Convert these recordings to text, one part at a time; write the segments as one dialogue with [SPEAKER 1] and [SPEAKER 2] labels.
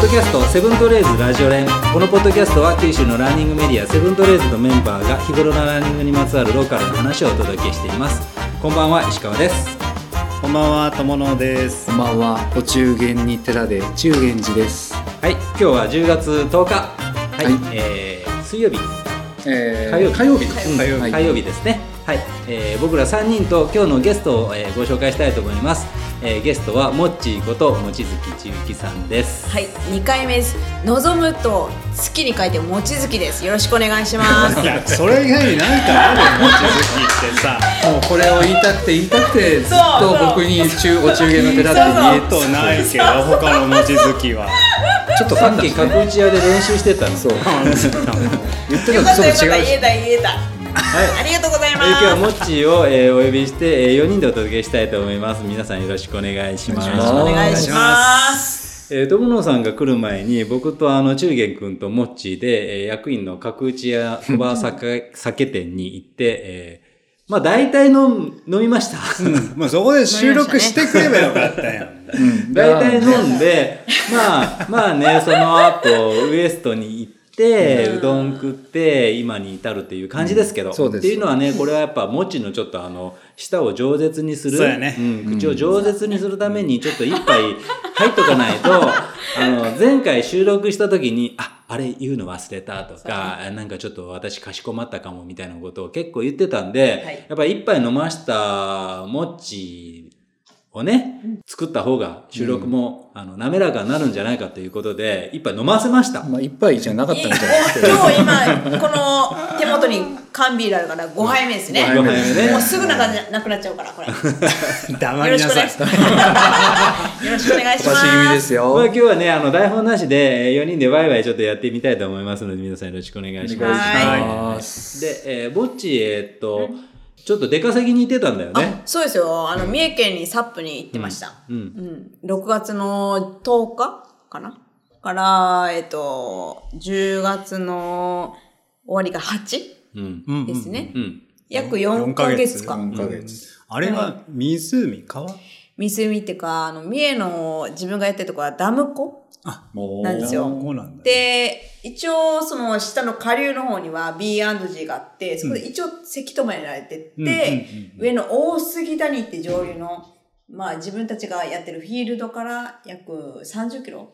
[SPEAKER 1] ドキャストセブントレーズラジオ連このポッドキャストは九州のランニングメディアセブントレーズのメンバーが日頃のランニングにまつわるローカルな話をお届けしていますこんばんは石川です
[SPEAKER 2] こんばんは、とものです。
[SPEAKER 3] こんばんは、お中元に寺で中元寺です。
[SPEAKER 1] はい今日は10月10日はい、
[SPEAKER 3] はい
[SPEAKER 1] えー水曜日
[SPEAKER 3] え
[SPEAKER 1] 火曜日
[SPEAKER 3] 火曜日
[SPEAKER 1] うん
[SPEAKER 2] 火曜日
[SPEAKER 3] はい
[SPEAKER 1] 火曜日ですね、はいえー僕ら3人と今日のゲストを、えーご紹介したいと思います、えーゲストはもっちーこと望月千幸さんです
[SPEAKER 4] はい、二回目です。望むと月に書いて望月です。よろしくお願いします。
[SPEAKER 2] いや、それ以外に何かある望月ってさ。
[SPEAKER 3] もうこれを言いたくて言いたくて、ずっ
[SPEAKER 4] そう
[SPEAKER 3] と僕に中お中元の寺って
[SPEAKER 2] 家
[SPEAKER 3] 言えと
[SPEAKER 2] とないけど、他の望月 は。
[SPEAKER 3] ちょっと
[SPEAKER 1] さっき角打ち屋で練習してたんです
[SPEAKER 3] そう言ってた
[SPEAKER 4] よ
[SPEAKER 3] の
[SPEAKER 4] かっ
[SPEAKER 3] と
[SPEAKER 4] た
[SPEAKER 3] ちょ
[SPEAKER 4] よ
[SPEAKER 3] っ
[SPEAKER 4] か
[SPEAKER 3] と
[SPEAKER 4] った、
[SPEAKER 3] 違う
[SPEAKER 4] 言え
[SPEAKER 3] した
[SPEAKER 4] 言えた。
[SPEAKER 1] はい
[SPEAKER 4] ありがとうございま
[SPEAKER 1] えー今日はモ
[SPEAKER 4] す。
[SPEAKER 1] ッチーを、えーお呼びして、えー4人でお届けしたいと思います皆さんよろしくお願いします
[SPEAKER 3] お願いします
[SPEAKER 4] お願いします。
[SPEAKER 1] えー、友野さんが来る前に、僕とあの、中元くんとモッチーで、えー役員の角打ちやそば酒酒店に行って、えーまあ大体飲む飲みました。
[SPEAKER 2] もうそこで収録してくればよかったやん。
[SPEAKER 3] うん
[SPEAKER 1] 大体飲んで、まあ、まあね、その後、ウエストに行って、うどん食って、今に至るっていう感じですけど、
[SPEAKER 3] んそう
[SPEAKER 1] っ
[SPEAKER 3] です
[SPEAKER 1] ていうのはね、これはやっぱ、もちのちょっとあの、舌を饒舌にする。
[SPEAKER 2] そうやね
[SPEAKER 1] ん、口を饒舌にするために、ちょっと一杯入っとかないと、あの、前回収録した時に、あ、あれ言うの忘れたとか、なんかちょっと私かしこまったかもみたいなことを結構言ってたんで、
[SPEAKER 4] はい
[SPEAKER 1] やっぱり一杯飲ましたもっちをね、作った方が収録も、あの滑らかになるんじゃないかということで、一杯飲ませました。
[SPEAKER 3] まあ一杯じゃなかっ
[SPEAKER 4] い
[SPEAKER 3] た
[SPEAKER 4] い
[SPEAKER 3] ん
[SPEAKER 4] お
[SPEAKER 3] じゃ
[SPEAKER 4] 今
[SPEAKER 3] ないですか。
[SPEAKER 4] 日今この手元に缶ビールあるから五杯目ですね。
[SPEAKER 1] 五杯目ね
[SPEAKER 4] もうすぐなくななくなっちゃうからこれ。よ
[SPEAKER 2] 黙
[SPEAKER 4] ろ
[SPEAKER 2] り
[SPEAKER 4] し
[SPEAKER 2] な
[SPEAKER 4] くお
[SPEAKER 2] さ
[SPEAKER 4] 願
[SPEAKER 2] い
[SPEAKER 4] い。します。よろしくお願 い
[SPEAKER 3] お
[SPEAKER 4] し
[SPEAKER 3] かし気味
[SPEAKER 4] ま。
[SPEAKER 3] ですす
[SPEAKER 1] まあ
[SPEAKER 3] よ
[SPEAKER 1] 今。日はね、あの台本なしで4人でワイワイちょっとやってみたいと思いますので、皆さんよろしくお願いし
[SPEAKER 3] お願
[SPEAKER 1] ま
[SPEAKER 3] い
[SPEAKER 1] す。
[SPEAKER 3] します。
[SPEAKER 1] で、えーぼっち、えーっと、ちょっと出稼ぎに行ってたんだよね
[SPEAKER 4] あ。そうですよ。あの三重県にサップに行ってました。
[SPEAKER 1] うん。
[SPEAKER 4] うん、6月の10日かなから、えっと、10月の終わりが8
[SPEAKER 1] うん。
[SPEAKER 2] うんうん
[SPEAKER 4] ですね。
[SPEAKER 1] うん。
[SPEAKER 4] 約
[SPEAKER 2] 四
[SPEAKER 4] 4
[SPEAKER 2] ヶ
[SPEAKER 4] ヶ
[SPEAKER 2] 月
[SPEAKER 4] 月か。
[SPEAKER 3] 4ヶ月。
[SPEAKER 2] あれは湖、川
[SPEAKER 4] 湖っていうか、あの、三重の自分がやってるとこはダム湖
[SPEAKER 3] も
[SPEAKER 4] なんですよ
[SPEAKER 2] そうなんだ。
[SPEAKER 4] で、一応、その下の下流の方には B&G があって、そこで一応せき止められてって、
[SPEAKER 2] うんうんうん
[SPEAKER 4] 上の大杉谷って上流の、まあ自分たちがやってるフィールドから約30キロ、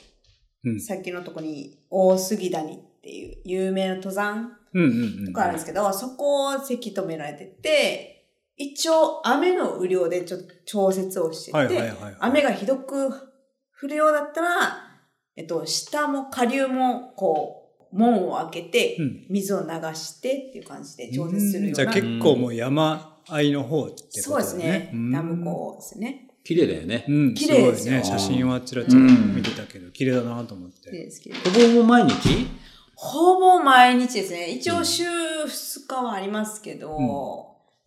[SPEAKER 2] うん
[SPEAKER 4] さっきのとこに大杉谷っていう有名な登山
[SPEAKER 2] うんうんう
[SPEAKER 4] と
[SPEAKER 2] ん。
[SPEAKER 4] かあるんですけど、そこをせき止められてて、一応雨の雨量でちょっと調節をしてて、
[SPEAKER 2] はいはいはい。
[SPEAKER 4] 雨がひどく降るようだったら、えっと、下も下流も、こう、門を開けて
[SPEAKER 2] うん、
[SPEAKER 4] 水を流してっていう感じで調節するような。
[SPEAKER 2] じゃあ結構もう山あいの方ってことだよね。
[SPEAKER 4] そうですね。
[SPEAKER 2] うん
[SPEAKER 4] ダム湖ですね。
[SPEAKER 1] 綺麗だよね
[SPEAKER 2] う。ん、
[SPEAKER 4] 綺麗です
[SPEAKER 2] す
[SPEAKER 4] よ
[SPEAKER 2] ごいね。写真はちらちら見てたけど、綺麗だなと思って。
[SPEAKER 4] ですけど
[SPEAKER 1] ほぼほぼ毎日
[SPEAKER 4] ほぼ毎日ですね。一応週2日はありますけど、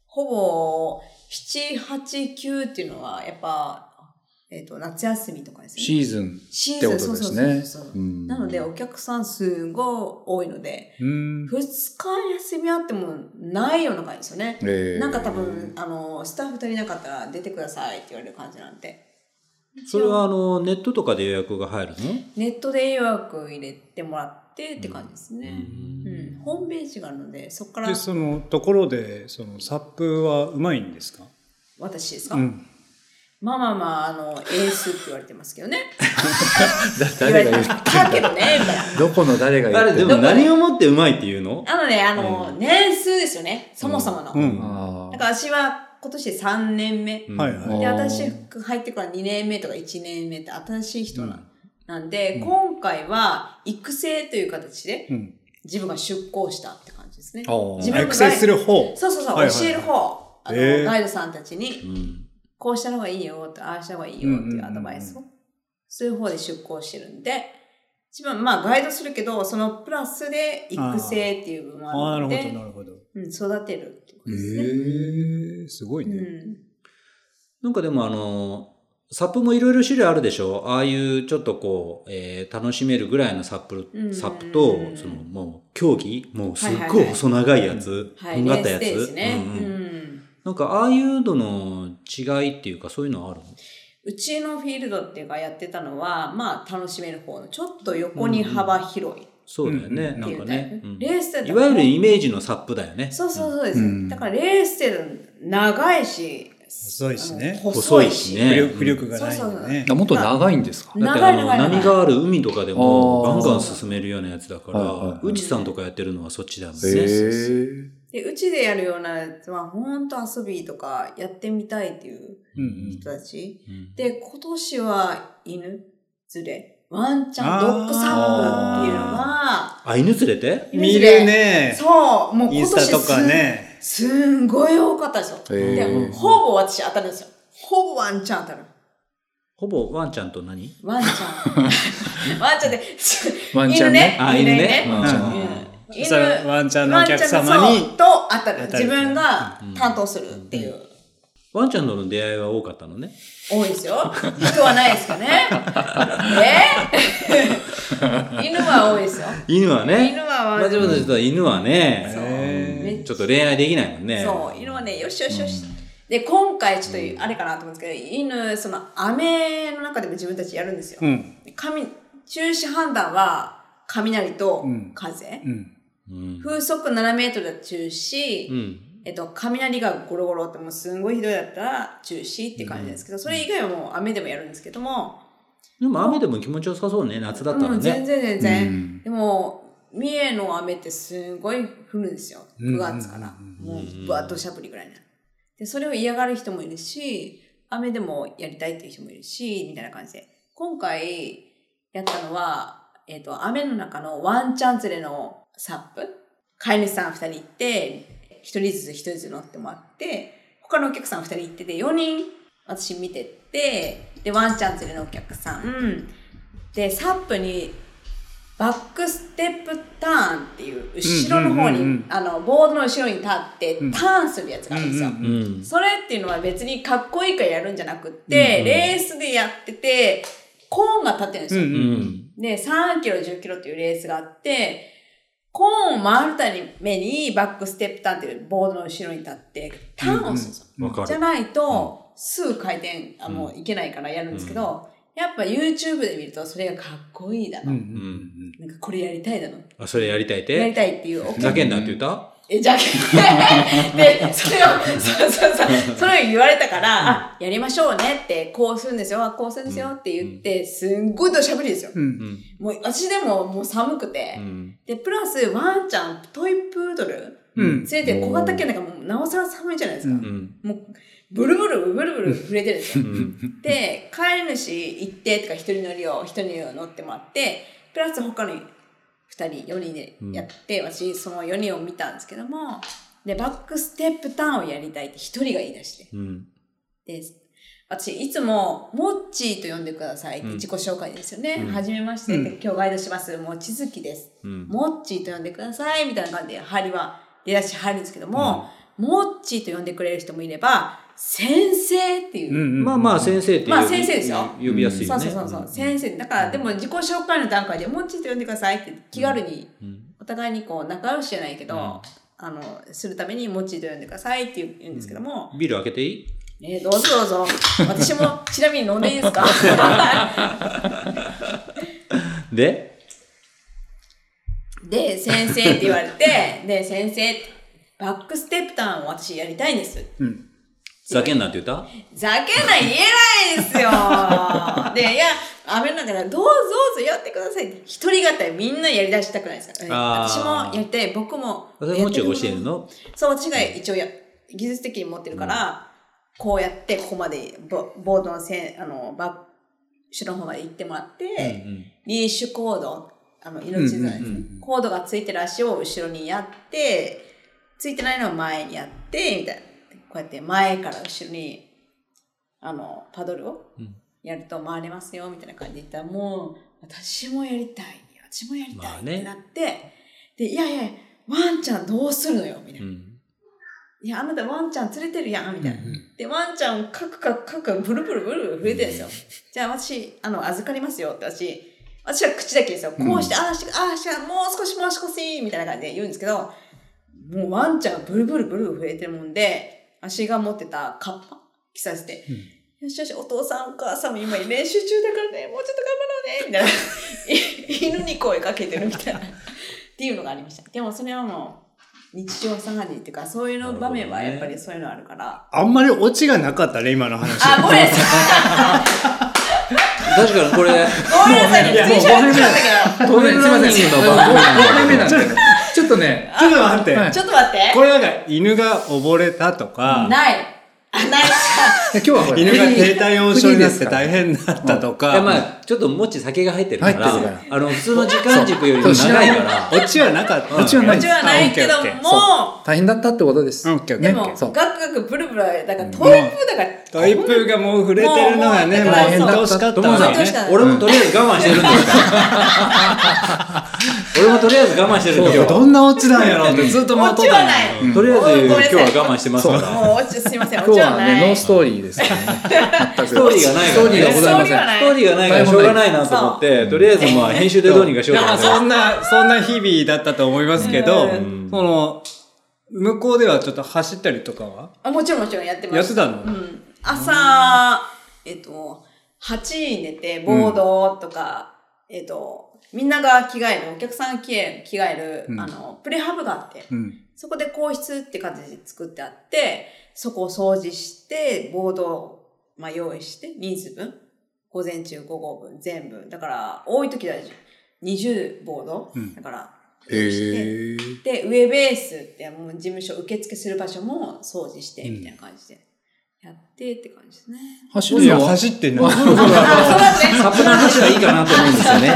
[SPEAKER 4] ほぼ7、8、9っていうのは、やっぱ、えっと、夏休みとかですね。
[SPEAKER 3] シーズン
[SPEAKER 4] シ
[SPEAKER 3] っ
[SPEAKER 4] ー
[SPEAKER 3] て
[SPEAKER 4] ズ
[SPEAKER 3] こ
[SPEAKER 4] ン、
[SPEAKER 3] と
[SPEAKER 4] そう
[SPEAKER 3] で
[SPEAKER 4] そ
[SPEAKER 3] す
[SPEAKER 4] うそう
[SPEAKER 3] ね
[SPEAKER 4] そ
[SPEAKER 3] う
[SPEAKER 4] う。。
[SPEAKER 3] ん
[SPEAKER 4] なので、お客さんすごい多いので、
[SPEAKER 2] うん。
[SPEAKER 4] 二日休みあってもないような感じですよね。
[SPEAKER 3] えー
[SPEAKER 4] なんか多分、あの、スタッフ足りなかったら出てくださいって言われる感じなんで。
[SPEAKER 1] それはあの、ネットとかで予約が入るの
[SPEAKER 4] ネットで予約入れてもらってって感じですね。
[SPEAKER 1] う
[SPEAKER 4] うんん。ホームページがあるので、そこから
[SPEAKER 2] で、そのところで、そのサップはうまいんですか
[SPEAKER 4] 私ですか、
[SPEAKER 2] うん。
[SPEAKER 4] まあまあまあ、あの、エースって言われてますけどね。
[SPEAKER 3] だ誰が言
[SPEAKER 4] 言わ
[SPEAKER 3] う
[SPEAKER 4] れてだけどね、みたいな。
[SPEAKER 3] どこの誰が
[SPEAKER 1] あ
[SPEAKER 3] 言
[SPEAKER 1] れ、
[SPEAKER 3] って
[SPEAKER 1] で
[SPEAKER 3] る
[SPEAKER 1] も何をもってうまいっていうの
[SPEAKER 4] なので、あの、年数ですよね。そもそもの。
[SPEAKER 2] うん。
[SPEAKER 3] あ
[SPEAKER 4] だから私は今年で3年目。
[SPEAKER 1] うん
[SPEAKER 2] はいはい。
[SPEAKER 4] で
[SPEAKER 3] あー
[SPEAKER 4] 私服入ってから2年目とか1年目って新しい人な,、
[SPEAKER 2] うん
[SPEAKER 4] ん、なんで、今回は育成という形で
[SPEAKER 2] うん。
[SPEAKER 4] 自分が出向したって感じですね。
[SPEAKER 3] あー
[SPEAKER 4] 自分
[SPEAKER 2] あ
[SPEAKER 4] が
[SPEAKER 2] 育成する方。
[SPEAKER 4] そうそうそう、
[SPEAKER 2] はいはいはい
[SPEAKER 4] 教える方あの、
[SPEAKER 2] へー
[SPEAKER 4] ガイドさんたち
[SPEAKER 1] う
[SPEAKER 4] に
[SPEAKER 1] ん
[SPEAKER 4] こうしたのがいいよとああしたのがいいよっていうアドバイスを、そういう方で出向してるんで自分はまあガイドするけどそのプラスで育成っていう部分
[SPEAKER 2] あ
[SPEAKER 4] も
[SPEAKER 2] あ、
[SPEAKER 4] あ
[SPEAKER 2] なる
[SPEAKER 4] るの
[SPEAKER 2] ほど、
[SPEAKER 4] で
[SPEAKER 2] なるほど。
[SPEAKER 4] うん、育てるってこと
[SPEAKER 2] え
[SPEAKER 4] ですね。
[SPEAKER 2] え、すごいね。
[SPEAKER 4] うん
[SPEAKER 1] なんかでもあの、サップもいろいろ種類あるでしょああいうちょっとこう、えー楽しめるぐらいのサップ、
[SPEAKER 4] うん
[SPEAKER 1] サップと、そのもう競技もうすっ
[SPEAKER 4] はいは
[SPEAKER 1] ご
[SPEAKER 4] い
[SPEAKER 1] い
[SPEAKER 4] はい
[SPEAKER 1] 細長いやつ、
[SPEAKER 4] はい、
[SPEAKER 1] とん
[SPEAKER 4] レ
[SPEAKER 1] が
[SPEAKER 4] ー
[SPEAKER 1] ったや
[SPEAKER 4] ス
[SPEAKER 1] つ、
[SPEAKER 4] デーですね。
[SPEAKER 1] うんうん
[SPEAKER 4] うん
[SPEAKER 1] なんかああいうのの違いっていうかそういうのはあるの
[SPEAKER 4] うちのフィールドっていうかやってたのは、まあ楽しめる方の、ちょっと横に幅広いっ
[SPEAKER 1] そうだよね、
[SPEAKER 2] うん
[SPEAKER 1] な
[SPEAKER 4] て
[SPEAKER 1] ん
[SPEAKER 4] い
[SPEAKER 1] か
[SPEAKER 4] うタイプ。
[SPEAKER 1] ね、うん
[SPEAKER 4] レースだった
[SPEAKER 1] い
[SPEAKER 4] ら
[SPEAKER 1] わゆるイメージのサップだよね
[SPEAKER 4] そうそう
[SPEAKER 1] う、
[SPEAKER 4] そうです。
[SPEAKER 3] うん
[SPEAKER 4] だからレースって長いし、
[SPEAKER 2] 細いしね
[SPEAKER 4] あの
[SPEAKER 1] 細いしね
[SPEAKER 2] 浮力浮力がないんでね
[SPEAKER 3] あ。もっと長いんですか
[SPEAKER 1] んだってあの
[SPEAKER 4] 長い長い長い
[SPEAKER 1] 波がある海とかでも
[SPEAKER 3] あ
[SPEAKER 1] ガ
[SPEAKER 3] ー
[SPEAKER 1] ンガン進めるようなやつだから、
[SPEAKER 3] はいはいはいう
[SPEAKER 1] ちさんとかやってるのはそっちだもんね、
[SPEAKER 3] へえ。
[SPEAKER 4] で、うちでやるようなやつは、ほんと遊びとかやってみたいっていう
[SPEAKER 2] うんうん
[SPEAKER 4] 人たち。
[SPEAKER 1] うん
[SPEAKER 4] で、今年は犬連れ、ワンちゃん、ドッグサップっていうのは、
[SPEAKER 1] あ犬連れて
[SPEAKER 4] 犬
[SPEAKER 2] 見
[SPEAKER 4] 連れ
[SPEAKER 2] るね。
[SPEAKER 4] そう、もう
[SPEAKER 2] イン
[SPEAKER 4] 今
[SPEAKER 2] ス
[SPEAKER 4] 年す
[SPEAKER 2] タとかね。
[SPEAKER 4] すんごい多かったですよ。
[SPEAKER 3] へ
[SPEAKER 4] で、
[SPEAKER 3] ー
[SPEAKER 4] ほぼ私当たるんですよ。ほぼワンちゃん当たる。
[SPEAKER 1] ほぼワンちゃんと何
[SPEAKER 4] ワンちゃん。ワンちゃんで、
[SPEAKER 3] ワンちゃんね
[SPEAKER 1] あ犬ね
[SPEAKER 3] ワンちゃん
[SPEAKER 1] うん
[SPEAKER 4] 犬
[SPEAKER 2] さワンちゃんのお客様
[SPEAKER 4] ワンちゃん
[SPEAKER 2] に
[SPEAKER 4] のそうと当たる
[SPEAKER 2] 当たる
[SPEAKER 4] 自分が担当するっていう、
[SPEAKER 1] ワンちゃんとの出会いは多かったのね
[SPEAKER 4] 多いですよ人はないですかねえ 犬は多いですよ
[SPEAKER 1] 犬はね
[SPEAKER 4] 犬は
[SPEAKER 1] まあでもちょっと犬は
[SPEAKER 4] そう
[SPEAKER 1] ね、
[SPEAKER 2] へ
[SPEAKER 4] めっ
[SPEAKER 1] ちょっと恋愛できないもんね。
[SPEAKER 4] そう犬はねよしよしよし、で今回ちょっとあれかなと思うんですけど、犬その雨の中でも自分たちやるんですよ、
[SPEAKER 2] うん
[SPEAKER 4] 雷中止判断は雷と風、
[SPEAKER 2] うん。
[SPEAKER 1] うん。
[SPEAKER 4] 風速7メートルだと中止、
[SPEAKER 1] うん。
[SPEAKER 4] えっと、雷がゴロゴロってもうすんごいひどいだったら中止っていう感じなんですけど、それ以外はもう雨でもやるんですけども、
[SPEAKER 1] でも雨でも気持ちよさそうね、夏だったら
[SPEAKER 4] うん全
[SPEAKER 1] ね。
[SPEAKER 4] 然全然、
[SPEAKER 3] うん
[SPEAKER 4] でも三重の雨ってすごい降るんですよ
[SPEAKER 2] うん
[SPEAKER 4] 9月から、
[SPEAKER 1] うん
[SPEAKER 4] もうぶわっとしゃぶりぐらいなでそれを嫌がる人もいるし雨でもやりたいっていう人もいるしみたいな感じで今回やったのは、えっと雨の中のワンチャン連れのサップ飼い主さん2人行って1人ずつ1人ずつ乗ってもらって他のお客さん2人行ってて4人私見てってでワンちゃん連れのお客さんでサップにバックステップターンっていう後ろの方に、
[SPEAKER 2] うんうんうんうん
[SPEAKER 4] あのボードの後ろに立ってタ
[SPEAKER 2] うん
[SPEAKER 4] ーンするやつがあるんですよ。
[SPEAKER 2] うんうん
[SPEAKER 1] うん。
[SPEAKER 4] それっていうのは別にかっこいいからやるんじゃなくって、
[SPEAKER 1] うんうん
[SPEAKER 4] レースでやっててコーンが立ってるんですよ。
[SPEAKER 2] うん
[SPEAKER 1] うん。
[SPEAKER 4] で、3キロ、10キロっていうレースがあって、コーンを回るためにバックステップターンっていうボードの後ろに立って、ターンをするんですよ。
[SPEAKER 1] わか
[SPEAKER 4] じゃ
[SPEAKER 1] る。
[SPEAKER 4] ないと、すぐ回転、あもういけないからやるんですけど、やっぱ YouTube で見るとそれがかっこいいだ
[SPEAKER 2] う
[SPEAKER 4] の。
[SPEAKER 1] うんん。
[SPEAKER 4] なんかこれやりたいだの。
[SPEAKER 1] あ、それやりたいっ
[SPEAKER 4] やり
[SPEAKER 1] て
[SPEAKER 4] たいっていう。
[SPEAKER 1] ふざけんなって言った
[SPEAKER 4] え、じゃあ、で、それを、そうそうそう、それを言われたから、あ、やりましょうねって、こうするんですよ、あこうするんですよって言って、すんごい土砂降りですよ。
[SPEAKER 2] う。
[SPEAKER 1] うんん。
[SPEAKER 4] もう、私でももう寒くて
[SPEAKER 1] う、ん。
[SPEAKER 4] で、プラス、ワンちゃん、トイプードル
[SPEAKER 2] うん
[SPEAKER 4] 連れて小型犬なんかもう、なおさら寒いじゃないですか。
[SPEAKER 2] う
[SPEAKER 1] うん。
[SPEAKER 4] もう、ブルブル、ブルブル震えてるんです
[SPEAKER 1] う
[SPEAKER 4] よ。
[SPEAKER 1] ん。
[SPEAKER 4] で、飼い主行って、とか、一人乗りを、一人乗りを乗ってもらって、プラス他の二人、四人でやって、私、その四人を見たんですけども、で、バックステップターンをやりたいって一人が言い出して。
[SPEAKER 1] うん。
[SPEAKER 4] で、私、いつも、モッチーと呼んでくださいって
[SPEAKER 1] うん
[SPEAKER 4] 自己紹介ですよね。
[SPEAKER 1] うん
[SPEAKER 4] はじめまして、
[SPEAKER 2] うん
[SPEAKER 4] 今日ガイドします、もちづきです。
[SPEAKER 1] うん。
[SPEAKER 4] モッチーと呼んでくださいみたいな感じで張りは出だし入るんですけども、モッチーと呼んでくれる人もいれば先生っていう、
[SPEAKER 2] うん。
[SPEAKER 1] まあまあ先生って呼び
[SPEAKER 4] まあ先生ですよ
[SPEAKER 1] 呼びやすい
[SPEAKER 4] そ
[SPEAKER 1] よ
[SPEAKER 4] う
[SPEAKER 1] ね。
[SPEAKER 4] そうそうそう、先生だからでも自己紹介の段階でモッチーと呼んでくださいって気軽に
[SPEAKER 1] うん。
[SPEAKER 4] お互いにこう仲良しじゃないけど、
[SPEAKER 1] うん
[SPEAKER 4] あのするためにモッチーと呼んでくださいって言うんですけども、
[SPEAKER 1] ビール開けていい
[SPEAKER 4] えーどうぞどうぞ私もちなみに飲んでいいですか
[SPEAKER 1] で
[SPEAKER 4] で先生って言われてで先生バックステップターンを私やりたいんです
[SPEAKER 2] うん。
[SPEAKER 1] ふざけんなって言った
[SPEAKER 4] ざけない言えないですよ で、いや、雨の中で、どうぞどうぞやってくださいって、一人語りみんなやりだしたくないですか
[SPEAKER 1] あ
[SPEAKER 4] 私
[SPEAKER 1] ー
[SPEAKER 4] もやりたい、僕も。
[SPEAKER 1] それもちろん教えるの
[SPEAKER 4] そう、私が一応や、技術的に持ってるから、こうやって、ここまでボ、ボードのせん、あの、バック、後ろの方まで行ってもらって、
[SPEAKER 1] うん
[SPEAKER 4] リーシュコード、あの、命綱ですね、
[SPEAKER 1] うんうんう
[SPEAKER 4] コードがついてる足を後ろにやって、ついてないのを前にやって、みたいな。こうやって前から後ろに、あの、パドルを
[SPEAKER 1] うん
[SPEAKER 4] やると回れますよ、みたいな感じで言ったら、もう、私もやりたい、私もやりた
[SPEAKER 1] ま
[SPEAKER 4] い
[SPEAKER 1] あ
[SPEAKER 4] っ
[SPEAKER 1] ね
[SPEAKER 4] てなって、で、いやいや、ワンちゃんどうするのよ、みたいな。
[SPEAKER 1] うん。
[SPEAKER 4] いや、あなたワンちゃん連れてるやん、みたい
[SPEAKER 1] う
[SPEAKER 4] な。
[SPEAKER 1] ん
[SPEAKER 4] で、ワンちゃんをカクカクカクブルブルブルブル震えてるんですよ。じゃあ私、あの、預かりますよって私、私は口だけですよ。こうして、ああして、ああして、もう少しもう少し、みたいな感じで言うんですけど、もうワンちゃんがブルブルブルブル震えてるもんで、私が持ってたカッパ着させて、よしよし、お父さんお母さんも今練習中だからね、もうちょっと頑張ろうね、みたいな。い犬 に声かけてるみたいな。っていうのがありました。でもそれはもう、日常茶飯事っていうか、そういうの場面はやっぱりそういうのあるから。
[SPEAKER 2] あんまりオチがなかったね、今の話。
[SPEAKER 4] あ、ごめんなさい。
[SPEAKER 1] 確かにこ れ、
[SPEAKER 4] ごめんなさい。
[SPEAKER 3] いやもう
[SPEAKER 4] 随所に来ちゃったけ
[SPEAKER 3] ごめん、すいませ
[SPEAKER 1] トレ
[SPEAKER 3] ん。
[SPEAKER 1] ーニングの番組なんだけど
[SPEAKER 3] ごめんなんだけどちょっとね、
[SPEAKER 2] ちょっと待って。
[SPEAKER 3] はい
[SPEAKER 4] ど。ちょっと待って。
[SPEAKER 2] これなんか、犬が溺れたとか、
[SPEAKER 4] ない。あ、ない。
[SPEAKER 3] 今日はほら
[SPEAKER 2] 犬が低体温症になって大
[SPEAKER 3] 変。
[SPEAKER 2] 変だったと
[SPEAKER 1] いや
[SPEAKER 2] か、
[SPEAKER 1] まあ、ちょっともっち酒が入ってるから、
[SPEAKER 3] 入ってるか
[SPEAKER 1] あの、普通の時間軸よりも長いから、
[SPEAKER 2] オチはなかった。
[SPEAKER 3] オチはな
[SPEAKER 4] うちはないけど
[SPEAKER 2] オッケーオッケー
[SPEAKER 4] も、
[SPEAKER 3] 大変だったってことです。
[SPEAKER 2] うんオッケーオッケ
[SPEAKER 4] で
[SPEAKER 2] ー
[SPEAKER 4] も、
[SPEAKER 3] ね
[SPEAKER 4] ガ
[SPEAKER 3] そう
[SPEAKER 4] クガクブルブル、だからトイプーだから、
[SPEAKER 2] トイプーがもう触れてるのがね、
[SPEAKER 4] も
[SPEAKER 2] も
[SPEAKER 4] う
[SPEAKER 2] う
[SPEAKER 4] もう
[SPEAKER 2] 変倒しかった
[SPEAKER 1] 友
[SPEAKER 2] わ
[SPEAKER 1] 野さ
[SPEAKER 4] どうし
[SPEAKER 1] ん
[SPEAKER 4] た
[SPEAKER 1] ね
[SPEAKER 4] の、
[SPEAKER 1] 俺もとりあえず我慢してるんですから。俺もとりあえず我慢してるんです
[SPEAKER 2] 今日ど
[SPEAKER 1] よ。
[SPEAKER 2] んなオチなんやろうってずっと
[SPEAKER 4] オ
[SPEAKER 2] 待っ
[SPEAKER 4] チ
[SPEAKER 2] とった
[SPEAKER 4] は
[SPEAKER 2] んや
[SPEAKER 4] ない。
[SPEAKER 1] とりあえず
[SPEAKER 4] ごめん
[SPEAKER 1] 今
[SPEAKER 4] なさい
[SPEAKER 1] 日は我慢してますから。
[SPEAKER 4] もう、落ちすいません、
[SPEAKER 3] 今
[SPEAKER 4] 落
[SPEAKER 3] 日
[SPEAKER 4] ちは
[SPEAKER 3] は
[SPEAKER 4] な
[SPEAKER 3] ね、ノー
[SPEAKER 4] い。
[SPEAKER 3] ストーリーですからね。全く
[SPEAKER 1] ストーリーがない
[SPEAKER 3] ス
[SPEAKER 1] か
[SPEAKER 3] ト
[SPEAKER 1] ら
[SPEAKER 3] ーリーがございません。
[SPEAKER 1] ストーリーがないからしょうがないなと思って、とりあえずまあ編集でどうにかしよう
[SPEAKER 2] い
[SPEAKER 1] と
[SPEAKER 2] やま
[SPEAKER 1] 思っ
[SPEAKER 2] あ
[SPEAKER 1] て。
[SPEAKER 2] そんな、そんな日々だったと思いますけど、
[SPEAKER 4] うん
[SPEAKER 2] その、向こうではちょっと走ったりとかは
[SPEAKER 4] あもちろんもちろんやってます。
[SPEAKER 2] やってたの、
[SPEAKER 4] うん、朝、えっと、8時に寝て、ボードとか、えっと、みんなが着替える、お客さんが着替える、
[SPEAKER 2] うん
[SPEAKER 4] あの、プレハブがあって、
[SPEAKER 2] うん。
[SPEAKER 4] そこで更室って形で作ってあって、そこを掃除して、ボードを、まあ、用意して、人数分。午前中、午後分、全部。だから、多い時だし、20ボード、
[SPEAKER 2] うん
[SPEAKER 4] だから、
[SPEAKER 3] へー
[SPEAKER 4] で、ウェベースってもう事務所受付する場所も掃除して、みたいな感じで。やってって感じですね。
[SPEAKER 3] 走
[SPEAKER 2] い
[SPEAKER 3] る
[SPEAKER 2] や、
[SPEAKER 3] のは
[SPEAKER 2] 走ってんの。
[SPEAKER 4] あ、その後ね。
[SPEAKER 1] サプナー話はいいかなと思うんですよね。